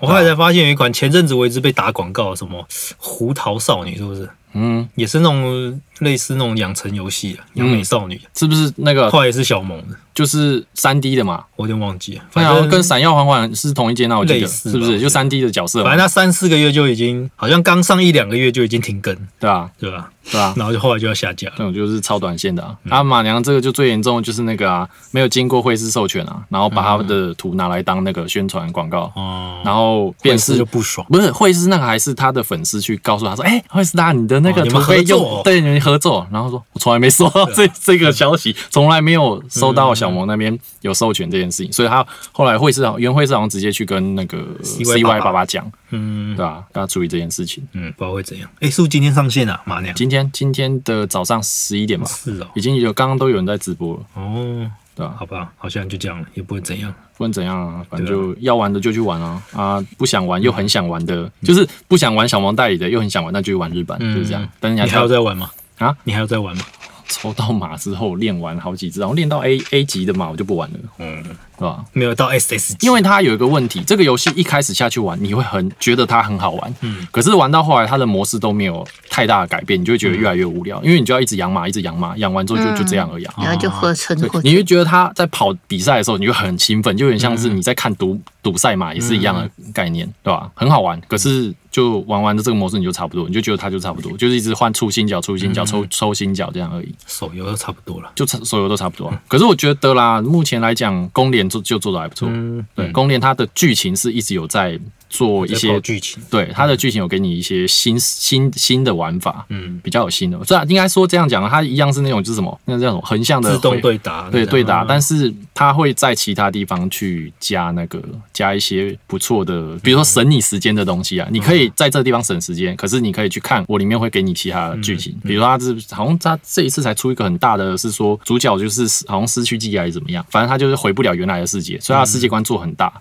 我后来才发现有一款前阵子我一直被打广告，什么《胡桃少女》是不是？
嗯，
也是那种类似那种养成游戏啊，养美少女的，
是不是那个
后来也是小萌的，
就是三 D 的嘛？
我有点忘记了。
对
反
啊，
正
跟闪耀缓缓是同一间，那啊我记
类
得
似
是
吧
不
我
是
觉
就
得
三 D 的角色
反
嘛
正？他三四个月就已经，好像刚上一两个月就已经停更，
对啊，
对吧？
对啊。
然后就后来就要下架了。
这种就是超短线的啊，
嗯
啊马娘这个就最严重，就是那个啊，没有经过会师授权啊，然后把他的图拿来当那个宣传广告，
哦，
然后
便
便
是
是
就不爽，
不是会是那个还是他的粉丝去告诉他说，哎、会是他你的那个
哦你
图
们
被
合作啊
用、
哦
对你们合作，然后说我从来没收到这、这个消息，
嗯
从来没有收到小萌那边有授权这件事情，所以他后来会是原会是好像直接去跟那个
CY 爸爸
爸爸讲，
嗯
对吧、啊？跟他处理这件事情。
嗯，不知道会怎样。哎，是不是今天上线啊？马娘
今天今天的早上十一点吧，
是哦，
已经有刚刚都有人在直播了，
哦，
对啊吧、
好吧，好像就这样了，也不会怎样。
不管怎样啊，反正就要玩的就去玩啊，啊，不想玩又很想玩的，就是不想玩小萌代理的又很想玩，那就去玩日版，
嗯
就是这样。但是你
你还
还
有
要
在玩吗？
啊，
你还有在玩吗？
抽到马之后练完好几只，然后练到 A A 级的马我就不玩了，
嗯，
对吧？
没有到 SS，级
因为它有一个问题，这个游戏一开始下去玩，你会很觉得它很好玩，
嗯
可是玩到后来它的模式都没有太大的改变，你就会觉
嗯
得越来越无聊，因为你就要一直养马，一直养马，养完之后就就这样而已
嗯
啊。
然后就合成
对
过，
你会觉得他在跑比赛的时候，你就很兴奋，就有点像是
嗯
你在看赌赌赛马，也是一样的概念，对吧？很好玩，可是就玩完的这个模式你就差不多，你就觉得它就差不
嗯
多，就是一直换出新角、出新角、抽抽新角这样而已，
手游都差不多了。
就差手游都差不多
嗯
啊。可是我觉得啦，目前来讲，公联做就做的还不错，
嗯，
对，宫殿它的剧情是一直有在做一
在跑
些，
剧情，
对它的剧情有给你一些新新新的玩法，
嗯，
比较有新的。虽然应该说这样讲，它一样是那种就是什么，那叫什么横向的
自动
回
对答，
对对答，嗯但
是
是它会在其他地方去加那个加一些不错的，比如说省你时间的东西啊。你可以在这地方省时间，可是你可以去看我里面会给你其他的剧情，比如说它是好像它这一次才出一个很大的，是说主角就是失好像失去记忆还是怎么样，反正他就是回不了原来的世界，所以他的世界观做很大。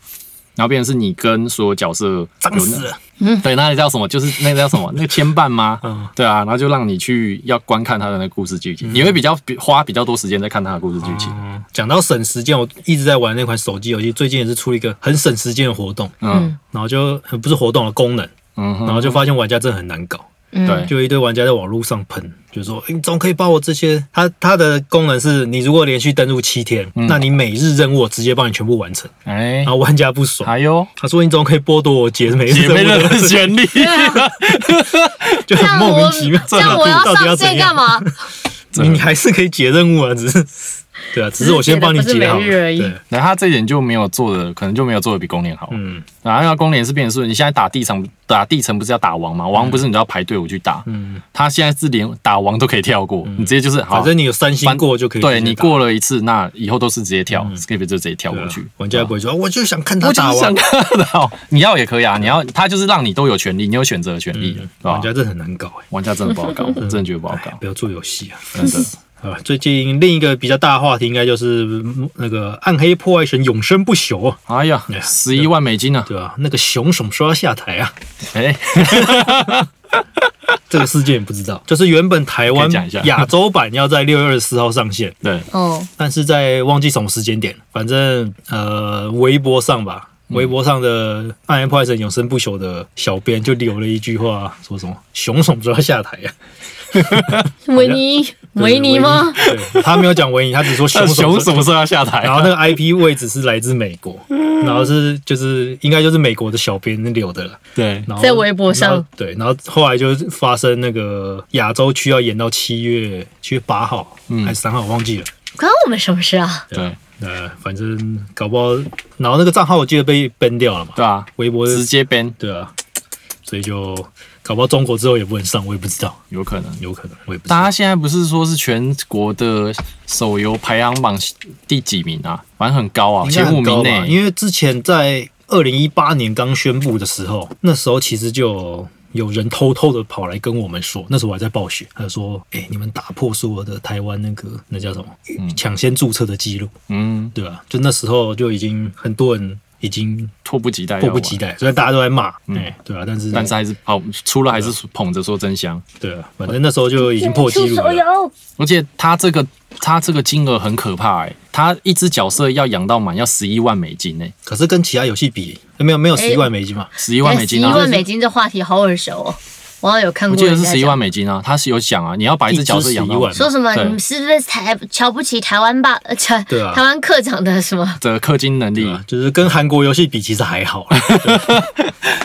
然后变成是你跟所有角色有那
脏死了，
对，那个叫什么？就是那个叫什么？那个牵绊吗？
嗯
对啊，然后就让你去要观看他的那个故事剧情，你会比较比花比较多时间在看他的故事剧情。
嗯，讲到省时间，我一直在玩那款手机游戏，最近也是出了一个很省时间的活动，
嗯
然后就呃不是活动了功能，
嗯哼，
然后就发现玩家真的很难搞，
嗯，
对
就一堆玩家在网络上喷，就说诶你总可以把我这些，它它的功能是你如果连续登录七天，那你每日任务我直接帮你全部完成，
哎
然，后玩家不爽，
还有
他说你总可以剥夺我姐妹
姐妹
任务
的
的，
权 (laughs) 利，
就
这
很
样
莫名
我
其妙，
这样我要
到底
上
要怎
线
样
干？嘛？
你还是可以解任务啊，只是对啊，只是我先帮你解好
只是解的
了，
不是每日而已
对，
那他这一点就没有做的，可能就没有做的比公联好。
嗯
然后公联是变成说，你现在打地层，打地层不是要打王吗？王不是你都要排队伍去打，
嗯，
他现在是连打王都可以跳过，你直接就是好，
反正你有三星过就可以直接打，
对你过了一次，那以后都是直接跳，skip 就直接跳
对啊
过去。
玩家也不会说，我就想看他
我就
打
是想
完，
看 (laughs) 到，你要也可以啊，你要他就是让你都有权利，你有选择的权利， (laughs) 对吧
嗯玩？家真嗯的很难搞哎。哎
玩家真的不好搞，我真的觉得不啊好搞，
不要做游戏啊！
真的。
好吧，最近另一个比较大的话题，应该就是嗯那个《暗黑破坏神永生不朽》哦，
哎呀，
Yeah，
十一万美金啊！
对吧、那个熊什么时候要下台啊？
哎，
这个事件也不知道。就是原本台
可
湾
以讲一下
亚洲版要在六月二十四号上线，
对，
哦，
但是在忘记什么时间点，反正呃，微博上吧。
嗯
微博上的《暗黑破坏神永生不朽》的小编就留了一句话，说什么“熊什么时候要下台啊呀、
维尼，
啊？”
(laughs) 维尼吗？
对，他没有讲维尼，他只说熊
(laughs) 那
什么
熊
时候
什么时候要下台
然
啊？
后那个 IP 位置是来自美国，
嗯
然后是就是应该就是美国的小编留的了。
(laughs) 对，
然后
在微博上
然后对，然后后来就发生那个亚洲区要延到七月七月八号、
嗯
还是三号，我忘记了。
关我们什么事啊？
对，
呃，反正搞不好，然后那个账号我记得被 ban 掉了嘛，
对啊，
微博
直接 ban
对啊，所以就搞不好中国之后也不能上，我也不知道，
有可能。
有可能我也不知
大
道。
家现在不是说是全国的手游排行榜第几名啊？反正很高啊，
应该
前
很
五名
高吧
内。
因为之前在二零一八年刚宣布的时候，那时候其实就有人偷偷的跑来跟我们说，那时候我还在暴雪，他就说：“哎、你们打破所有的台湾那个那叫什么抢先注册的记录，
嗯，
对吧、就那时候就已经很多人已经
迫不及待，
迫不及，待，虽然大家都在骂，哎、对啊，但是
但是还是跑出了，还是捧着说真香。
对啊，反正那时候就已经破纪录
手
了。
游，
而且他这个他这个金额很可怕哎、他一只角色要养到满要十一万美金哎、
可是跟其他游戏比，没有没有十一万美金嘛？
十一万美金
哎十一
啊！
万美金这话题好耳熟哦，我好像有看
我
过。
记得是十一万。美金啊，他是有讲啊，你要把一只角色养
一只11
到
万
说什么？
对
你们是不是台瞧不起台湾霸？呃，台
对啊
台湾课长的什么？
的氪金能
对
力
啊，，就是跟韩国游戏比，其实还 (laughs) 好啦，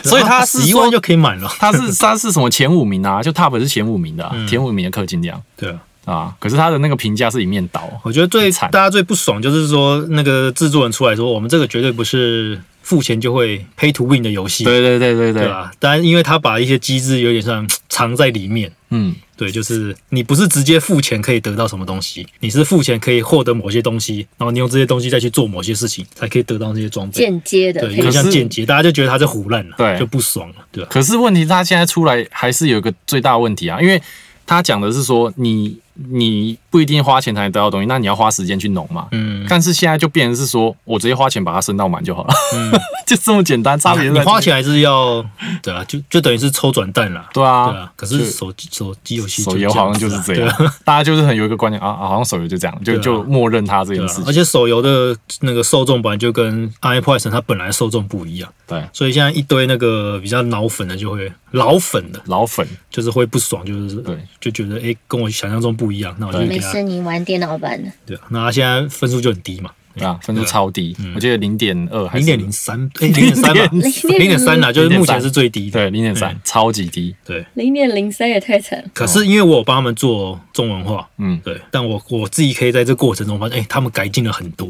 所以他是
十一
说
万就可以买了。(laughs)
他是他是什么前五名啊？就 Top 是前五名的、啊，
嗯
前五名的氪金量
对啊，
啊。可是他的那个评价是一面倒，
我觉得最
很惨
大家最不爽就是说，那个制作人出来说，哦我们这个绝对不是付钱就会 pay to win 的游戏，
对对对对
对啊
对，
吧？但因为他把一些机制有点像藏在里面。
嗯，
对，就是你不是直接付钱可以得到什么东西，你是付钱可以获得某些东西，然后你用这些东西再去做某些事情，才可以得到那些装备。
间接的
对，
配
有点
可
像
是
间接，大家就觉得他在胡乱了，
对
就不爽了，对吧？
可是问题，他现在出来还是有一个最大问题啊，因为他讲的是说你你不一定花钱才能得到东西，那你要花时间去弄嘛。
嗯，
但是现在就变成是说我直接花钱把它升到满就好了，
嗯
(laughs)
啊
就这么简单，差别
你花
钱
钱还是要，对啊，就就等于是抽转蛋啦。
对
对
啊。
啊，可是手机手机游戏就
手游好像就是
这
这
样子啊，
样，大家就是很有一个观念啊，啊好像手游就这样，就
对啊
就默认它这
对
件
啊
事
对啊，而且
情。
手游的那个受众本来就跟 iPad 它本来受众不一样，
对，
所以现在一堆那个比较脑粉的就会老粉的，
老粉
就是会不爽，就是
对
就觉得哎、诶跟我想象中不一样，那我就
对
给
没
他
事，你玩电脑版的，
对啊，那他现在分数就很低嘛，
对啊，分数超低，我记得零点二
嗯
还
零
是
点零三，哎，零点三嘛，
0.03
零点三啦，就是目前是最低的。
啊对零点
嗯
三，超级低。
对，
零点零三也太惨了。
可是因为我有帮他们做中文化，
嗯，
对，但我我自己可以在这过程中发现，哎，他们改进了很多。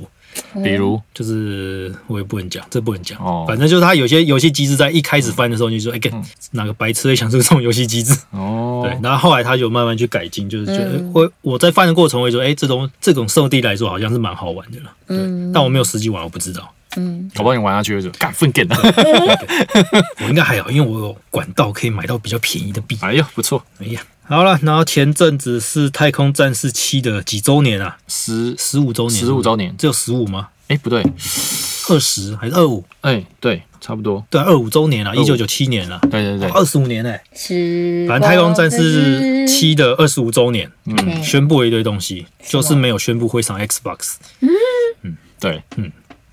比如
就是我也不能讲，这不能讲。
哦嗯
反正就是他有些游戏机制在一开始翻的时候，你就说哎，干哪个白痴会想出这种游戏机制？
哦，
对，然后后来他就慢慢去改进，就是觉得哎
嗯
我我在翻的过程，我也觉得哎，这种这种设定来说好像是蛮好玩的了。对
嗯，
但我没有实际玩，我不知道。
嗯，
搞不好你玩下去就干粪便了。
我应该还好，因为我有管道可以买到比较便宜的币。
哎呦，不错，
哎呀，好了，然后前阵子是《太空战士七》的几周年啊，
十
十五周年，
十五周年，
只有十五吗？
哎不对，
二十还是二五？
哎对，差不多，
对、啊，二五周年啊，一九九七年啊，
对对对，
二十五年哎、
是。
反正《太空战士七》的二十五周年，
嗯 (laughs)
宣布了一堆东西，就是没有宣布会上 Xbox，
对，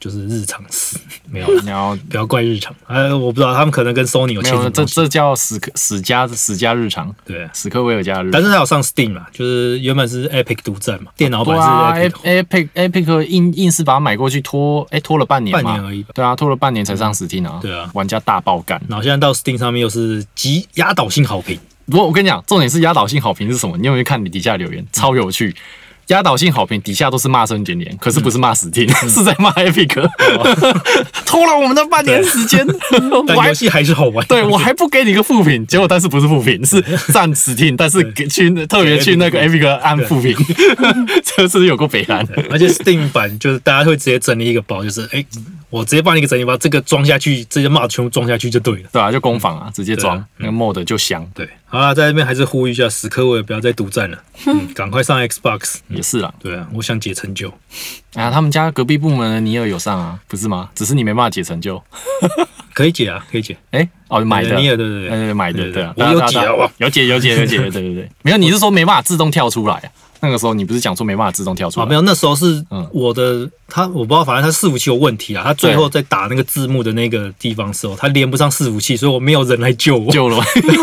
就是日常 (laughs) 死，没有啦，(laughs)
然后
不要怪日常。呃，我不知道他们可能跟 Sony 有
没
签什
有，
么
这
东西
这叫史克史家史家日常，
对。
史克威尔家的日
但
常。
是它有上 Steam 嘛，就是原本是 Epic 独占嘛，电脑版
对
是
啊
Epic 的
，Epic Epic 硬硬是把它买过去，拖哎拖了半年
半
嘛
年，而已吧。
对啊，拖了半年才上 Steam 啊，
对啊
玩家大爆肝。
然后现在到 Steam 上面又是极压倒性好评，
不过我跟你讲，重点是压倒性好评是什么？你有没有看你底下留言？超有趣。压倒性好评底下都是骂声点点，可是不是骂死听，是在骂 Epic，拖了我们的半年时间，我
但
还
游戏还是好玩。
对我还不给你个副评，结果但是不是副评，是暂时听，但是给去特别去那个 Epic 按副评，这是有个北兰。
而且 Steam 版就是大家会直接整理一个包，就是哎、我直接帮你一个整理包，这个装下去，这些帽全部装下去就对了。
对啊，就工坊啊，直接装、
对啊
那个 mod 就香，
对，好啦，在这边还是呼吁一下，死磕我也不要再独占
(laughs)
了，嗯，赶快上 Xbox。
也是啦。
对啊，我想解成就，
啊，他们家隔壁部门的尼尔有上啊，不是吗？只是你没办法解成就。
可以解啊，可以解。
哎、哦，买的
尼尔对对对
哎买的
对对
对啊，
我有
大家
解好不好
有解有解有解，对对对，没有，你是说没办法自动跳出来啊？那个时候你不是讲说没办法自动跳出
啊，
来？
没有，那时候是
嗯
我的，他我不知道，反正他伺服器有问题啊，他最后在打那个字幕的那个地方的时候，他连不上伺服器，所以我没有人来救我，
救了， (laughs)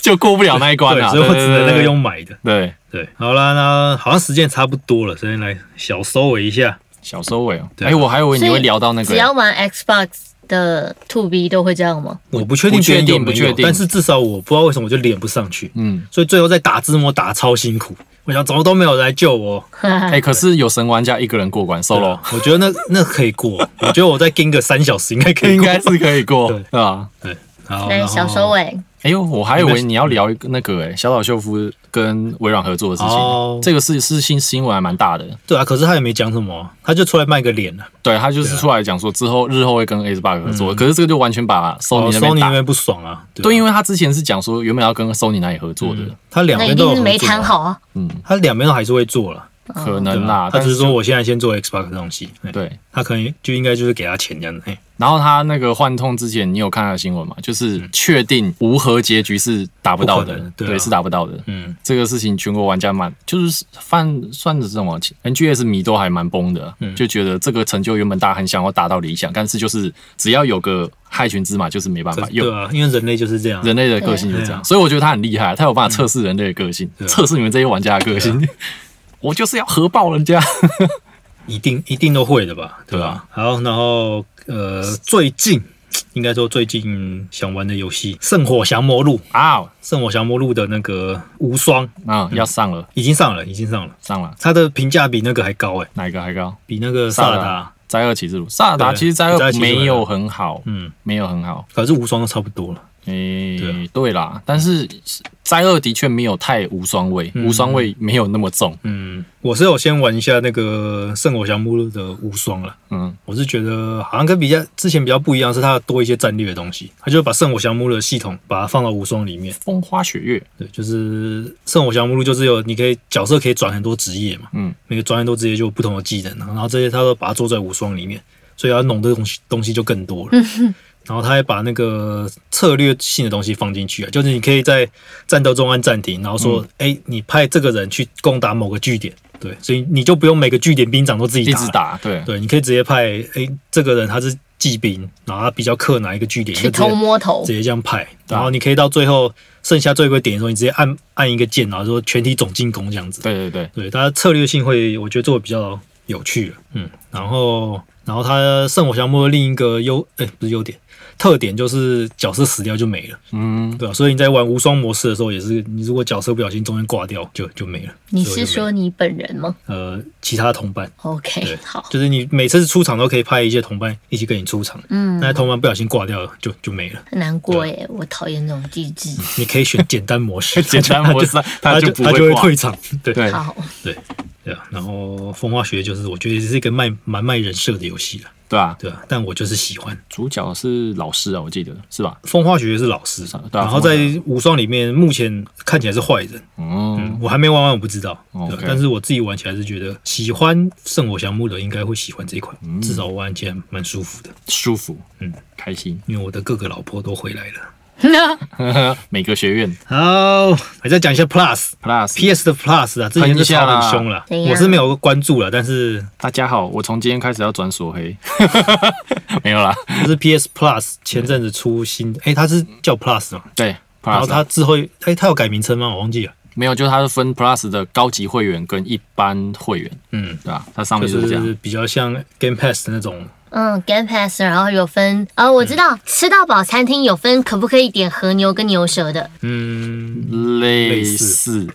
就过不了那一关
对
啊，，
所以我
对
只能那个。用买的。
对对对，对
对，好啦，那好像时间差不多了，所以来小收尾一下。
小收尾哦。
对啊
哎，我还以为你
所
会
以
聊到那个
只，要玩 Xbox 的 To B 都会这样吗？
我不确定
不确
别人有
定不
没
确
有，
定
但是至少我不知道为什么我就连不上去，
嗯，
所以最后在打字幕打超辛苦。我想怎么都没有人来救我，
哎、可是有神玩家一个人过关
对
solo，
啊我觉得那那可以过，我觉得我再盯个三小时应该可以过。
应该是可以过，
啊对
(laughs) 对吧？
对，
(laughs)
好，
来
然后
小收尾，
哎呦，我还以为你要聊一个那个哎、小岛秀夫跟微软合作的事情，
哦
这个是是新新闻还蛮大的。
对啊，可是他也没讲什么，他就出来卖个脸啊了。
对他就是出来讲说之后日后会跟 Xbox 合
嗯
作，可是这个就完全
哦
把 Sony 那
索
边
尼
打。
那边不爽啊，对啊嗯
对，因为他之前是讲说原本要跟 Sony 那里合作的，
他两
那
边
一
都
定
有
是没
合作啊
谈，好啊。
他两边都还是会做了，
可
对
能
啊
啦，
他只是说
但
我现在先做 Xbox 的东西，哎
对。
他可能就应该就是给他钱这样子，哎，
然后他那个幻痛之前，你有看到新闻吗？就是确定无核结局是达不
嗯
到
不
的，
可能对
对
啊
是达不到的。
嗯，
这个事情全国玩家蛮就是犯算是什么 NGS 迷都还蛮崩的，
嗯
就觉得这个成就原本大家很想要达到理想，但是就是只要有个害群之马，就是没办
可
法，
对
有
啊，因为人类就是这样啊，
人类的个性就是这
对啊
样，所以我觉得他很厉害，他有办法测试人类的个性，
对啊啊
测试你们这些玩家的个性。 (laughs) 我就是要核爆
(laughs)
人家，
一定一定都会的吧，对吧？好，然后呃，最近应该说最近想玩的游戏《圣火降魔录》，《
啊
圣火降魔录》的那个无双
啊，要上了，
已经上了，已经上了，
上了，
它的评价比那个还高哎，
哪一个还高？
比那个萨尔达，
灾厄启示录，萨尔达
对
其实灾
灾厄
厄
启示录
没有很好，
嗯，
没有很好，
可是无双都差不多了，
诶、
对啊
对啦，但是灾厄的确没有太无双味，无双味没有那么重。
嗯，我是有先玩一下那个圣火降目录的无双了。
嗯，
我是觉得好像跟比较之前比较不一样，是它多一些战略的东西。它就是把圣火降目录的系统把它放到无双里面。
风花雪月，
对，就是圣火降目录就是有你可以角色可以转很多职业嘛，
嗯，
每个转很多职业就有不同的技能，啊然后这些它都把它做在无双里面，所以要弄的东西东西就更多了。然后他还把那个策略性的东西放进去啊，就是你可以在战斗中按暂停，然后说，
嗯
哎、你派这个人去攻打某个据点，对，所以你就不用每个据点兵长都自己
一
打
直
了，
打，对，
对，你可以直接派，哎、这个人他是骑兵，然后他比较克哪一个据点，你
去
就直
偷
接
摸头
直，接这样派，
对啊
然后你可以到最后剩下最后一个点的时候，你直接按按一个键，然后说全体总进攻这样子。
对对对，
对，它策略性会我觉得做的比较有趣了，嗯，然后然后它圣火降魔的另一个优哎、不是优点，特点就是角色死掉就没了，
嗯，
对吧、啊所以你在玩无双模式的时候也是，你如果角色不小心中间挂掉就就没了。
你
所以
是
我就没
说你本人吗
呃其他同伴？对
？OK，好，哎
就是你每次出场都可以派一些同伴一起跟你出场，
嗯，
那同伴不小心挂掉了就就没了。
很难过耶，我讨厌这种机制。
你可以选简单模式，
(laughs) 简单
(laughs)
模式
他
就不
他就会
挂，
退场，对
对，
好， (laughs)
对啊。然后风花雪月就是我觉得是一个卖蛮卖人设的游戏了，
对啊，
对啊。但我就是喜欢
主角是老师啊，我记得是吧？
风花雪月是老师，
对啊
然后在无双里面目前看起来是坏人，嗯
嗯，，
我还没玩完我不知道，
哦
对啊
OK
但是我自己玩起来是觉得喜欢圣火降魔的应该会喜欢这一款，
嗯
至少我玩起来蛮舒服的，
舒服，
嗯
嗯，开心，
因为我的各个老婆都回来了。
每个学
(laughs)
院
好，还再讲一下 Plus。
Plus，
P.S. 的 Plus 啊，之前
喷
就
一下
吵
啦
很凶了，
怎样
我是没有关注了，但是
大家好，我从今天开始要转锁黑， (laughs) 没有啦，
就是 PS Plus 前阵子出新，哎、它是叫 Plus 嘛，
对，Plus，啊
然后它之后，哎、它有改名称吗？我忘记了。
没有，就它是分 Plus 的高级会员跟一般会员，
嗯，
对吧、它上
就
面就是这样
是，比较像 Game Pass 的那种，
嗯，Game Pass，然后有分，呃，我知道吃到饱餐厅有分可不可以点和牛跟牛舌的，
嗯，
类似。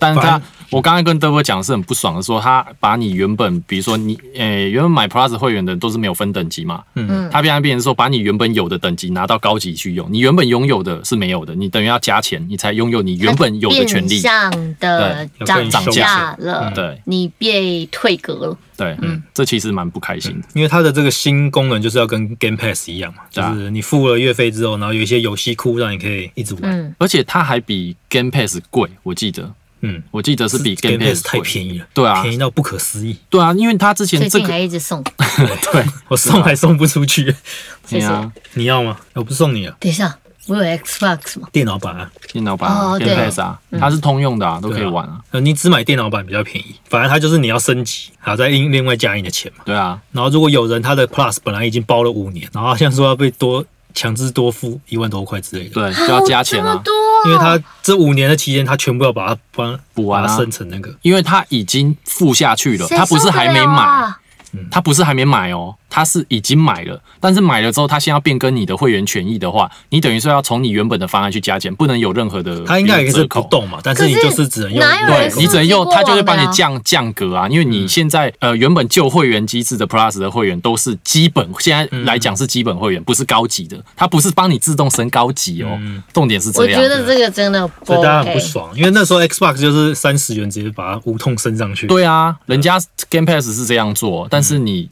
但是
反
它，我刚才跟德哥讲是很不爽的，说他把你原本，比如说你，呃、原本买 Plus 会员的都是没有分等级嘛，
嗯
嗯，他变成变成说把你原本有的等级拿到高级去用，你原本拥有的是没有的，你等于要加钱，你才拥有你原本有的权利
变。相的
对
涨
要跟你
价
收
了，
对
你被退格了。
对，嗯，这其实蛮不开心的。
因为它的这个新功能就是要跟 Game Pass 一样嘛，就
对啊
是你付了月费之后，然后有一些游戏库让你可以一直玩，
嗯，
而且它还比 Game Pass 贵，我记得，
嗯
我记得是比 Game
，Game
Pass
Pass
贵
太便宜了，
对啊
便宜到不可思
(laughs)
议，
对啊，因为它之前
最
这
近
个
还一直送，
对，
我送还送不出去， (laughs)
谢
对
谢。
啊，
你要吗？我不送你了，
等一下，我有 Xbox 吗？
电脑版啊，
电脑版啊
哦
Game
对
Pass 啊，它是通用的啊，都可以
对啊
玩啊。
呃，你只买电脑版比较便宜，反正它就是你要升级，还要再另另外加你的钱嘛。
对啊，
然后如果有人他的 Plus 本来已经包了五年，然后像说要被多强制多付一万多块之类的，
对，就要加钱
这么
啊，
多，
因为他这五年的期间，他全部要把它帮
补完啊
把它生成那个，
因为他已经付下去了，
谁
他不是还没
受得了
买，
啊。
他不是还没买哦，他是已经买了，但是买了之后，他先要变更你的会员权益的话，你等于说要从你原本的方案去加钱，不能有任何的
他应该也
折
是不
扣。
动嘛，但是你就是只能用
可是哪有
对
人
你只能用，
是
他就
过
会
嗯往
帮
的啊
你降降格啊，因为你现在呃原本旧会员机制的 Plus 的会员都是基本，现在来讲是基本会员，不是高级的，它不是帮你自动升高级哦
嗯，
重点是
我
这样
觉。得这个真的不
所以大家很
OK
不。爽，因为那时候 Xbox 就是三十元直接把它无痛升上去，
对啊，人家 Game Pass 是这样做，但是你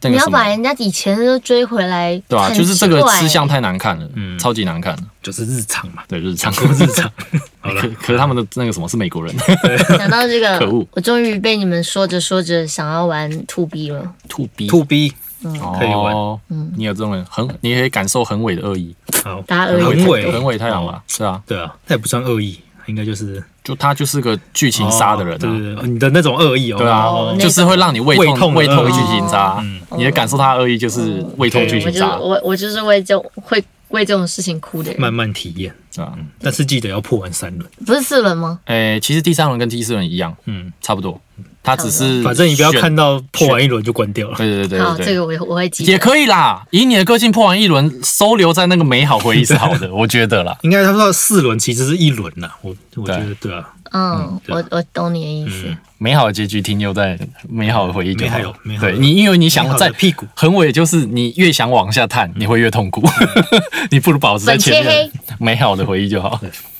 那
你
个
要
什
把
么，
人家以前的都追回来，
对吧？
很
就是这个
奇怪欸
吃相太难看了，
嗯
超级难看了。
就是日常嘛，
对，日常
讲过日常。 (laughs) 好了
(laughs) 可，可是他们的那个什么是美国人
(laughs)
(laughs) 讲到这个
可恶，
我终于被你们说着说着想要玩 To B 了。
，to B
To B 可以
哦，
嗯
你有这种人很，你也可以感受很伟的恶意，
好，
大家而已
很伟，
很伟太郎吧？是啊，
对啊，那也不算恶意，应该就是
就他就是个剧情杀的人
哦
啊，
对对对，你的那种恶意哦，
对啊
哦，那
就是会让你胃
胃痛
痛
的
胃痛
恶意嗯
剧情杀，你的感受他的恶意就是胃痛
哦对，
剧
我就
情
是
杀，
我，我就是为这种会为这种事情哭的人。
慢慢体验，
是吧？
但是记得要破完三轮，
不是四轮吗？
诶，其实第三轮跟第四轮一样，
嗯，
差不多，他只是
反正你不要
选
看到破完一轮就关掉了。
对对对
好，
对对
这
对。
个我我会记
也
得。
可以啦，以你的个性破完一轮，收留在那个美好回忆是好的，我觉
(laughs)
得啦。
应该他说四轮其实是一轮呐，我我觉
对
得对嗯啊，
嗯，我我懂你的意思。
美好的结局停留在美好的回忆就好
美
了
好。美好的
对你，因为你想
美好的
在
屁股
横尾，就是你越想往下探，你会越痛苦。
嗯
(laughs) 你不如保持在前
本
面，美好的回忆就好。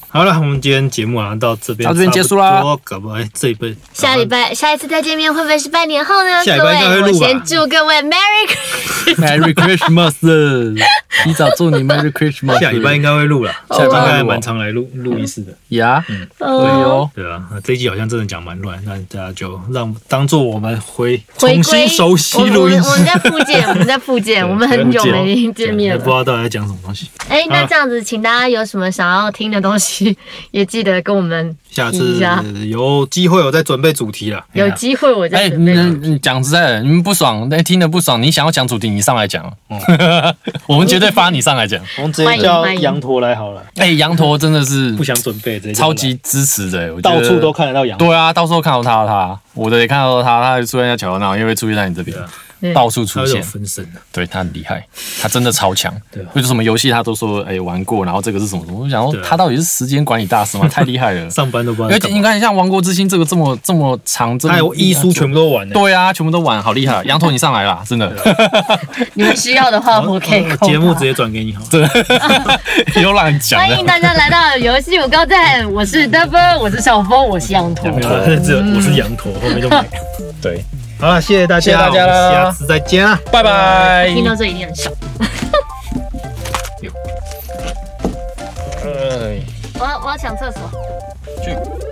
好了，我们今天节目啊到这边，
到这边结束啦。
搞不好哎这一辈
下礼拜下一次再见面会不会是半年后呢？
下礼
各
拜应该
位，
会
我
录吧
先祝各位 Merry Christmas。
(laughs) Merry
(laughs)
Christmas！提早祝你 Merry Christmas。
下礼拜应该会录了，
下礼拜
大
会
概
录哦
蛮常来录录一次的。
呀，
嗯
对哦，
对啊，那这一集好像真的讲蛮乱，那大家就让当做我们回
回归
重新熟悉录音
我们我们我们在复
(laughs)
健，我们在复健，我们很久没见面
也不知
了。
道到底在讲什么东西。
哎，那
啊
这样子，请大家有什么想要听的东西， (laughs) 也记得跟我们
下
提一
次
下。
有机会我再准备主题了。
有机会我再
哎，
准
你
备。
你讲实在的，你们不爽，那听得不爽，你想要讲主题，你上来讲，
哦
(laughs) 我们绝对发你上来讲。
我们直
欢
接
迎
叫
欢迎
羊驼来好了，
(laughs) 哎，羊驼真的是
不想准备，直接叫他
超
来
级支持的，我觉
到
得
处都看得到羊驼。
对啊，到时候看到他，他我的也看到他，他就出现在桥头那，又会出现在你这边
对啊，
对
到处
它
出
会有
现。
分身的，
对他很厉害，他真的超强。
对啊
为什么游戏他都说哎玩过，然后这个是什么什么？我想说
对啊
他到底是时间管理
(laughs)
大师吗？太厉害了。
上班都不知道在
而且
干
你
嘛。
看，像《王国之心》这个这么这么长，这么
还有医书全部都玩了。
对啊，全部都玩，好厉害！羊驼你上来啦，真的，
啊
(laughs)
你们需要的话，我可以
嗯
扣
节目
吧
直 (laughs) 接转给你好了。
真的有懒讲
欢迎
的。
大家来到游戏五高站，我是 Double，我是小峰，我是羊驼。
没有啦，只有我是羊驼，后面就没有。
对，
(laughs) 好了，谢谢大家，
谢谢大家
我们
啦
下次再见啊。
拜拜。
听到这一定很爽。
哎
我要我要抢厕所。
去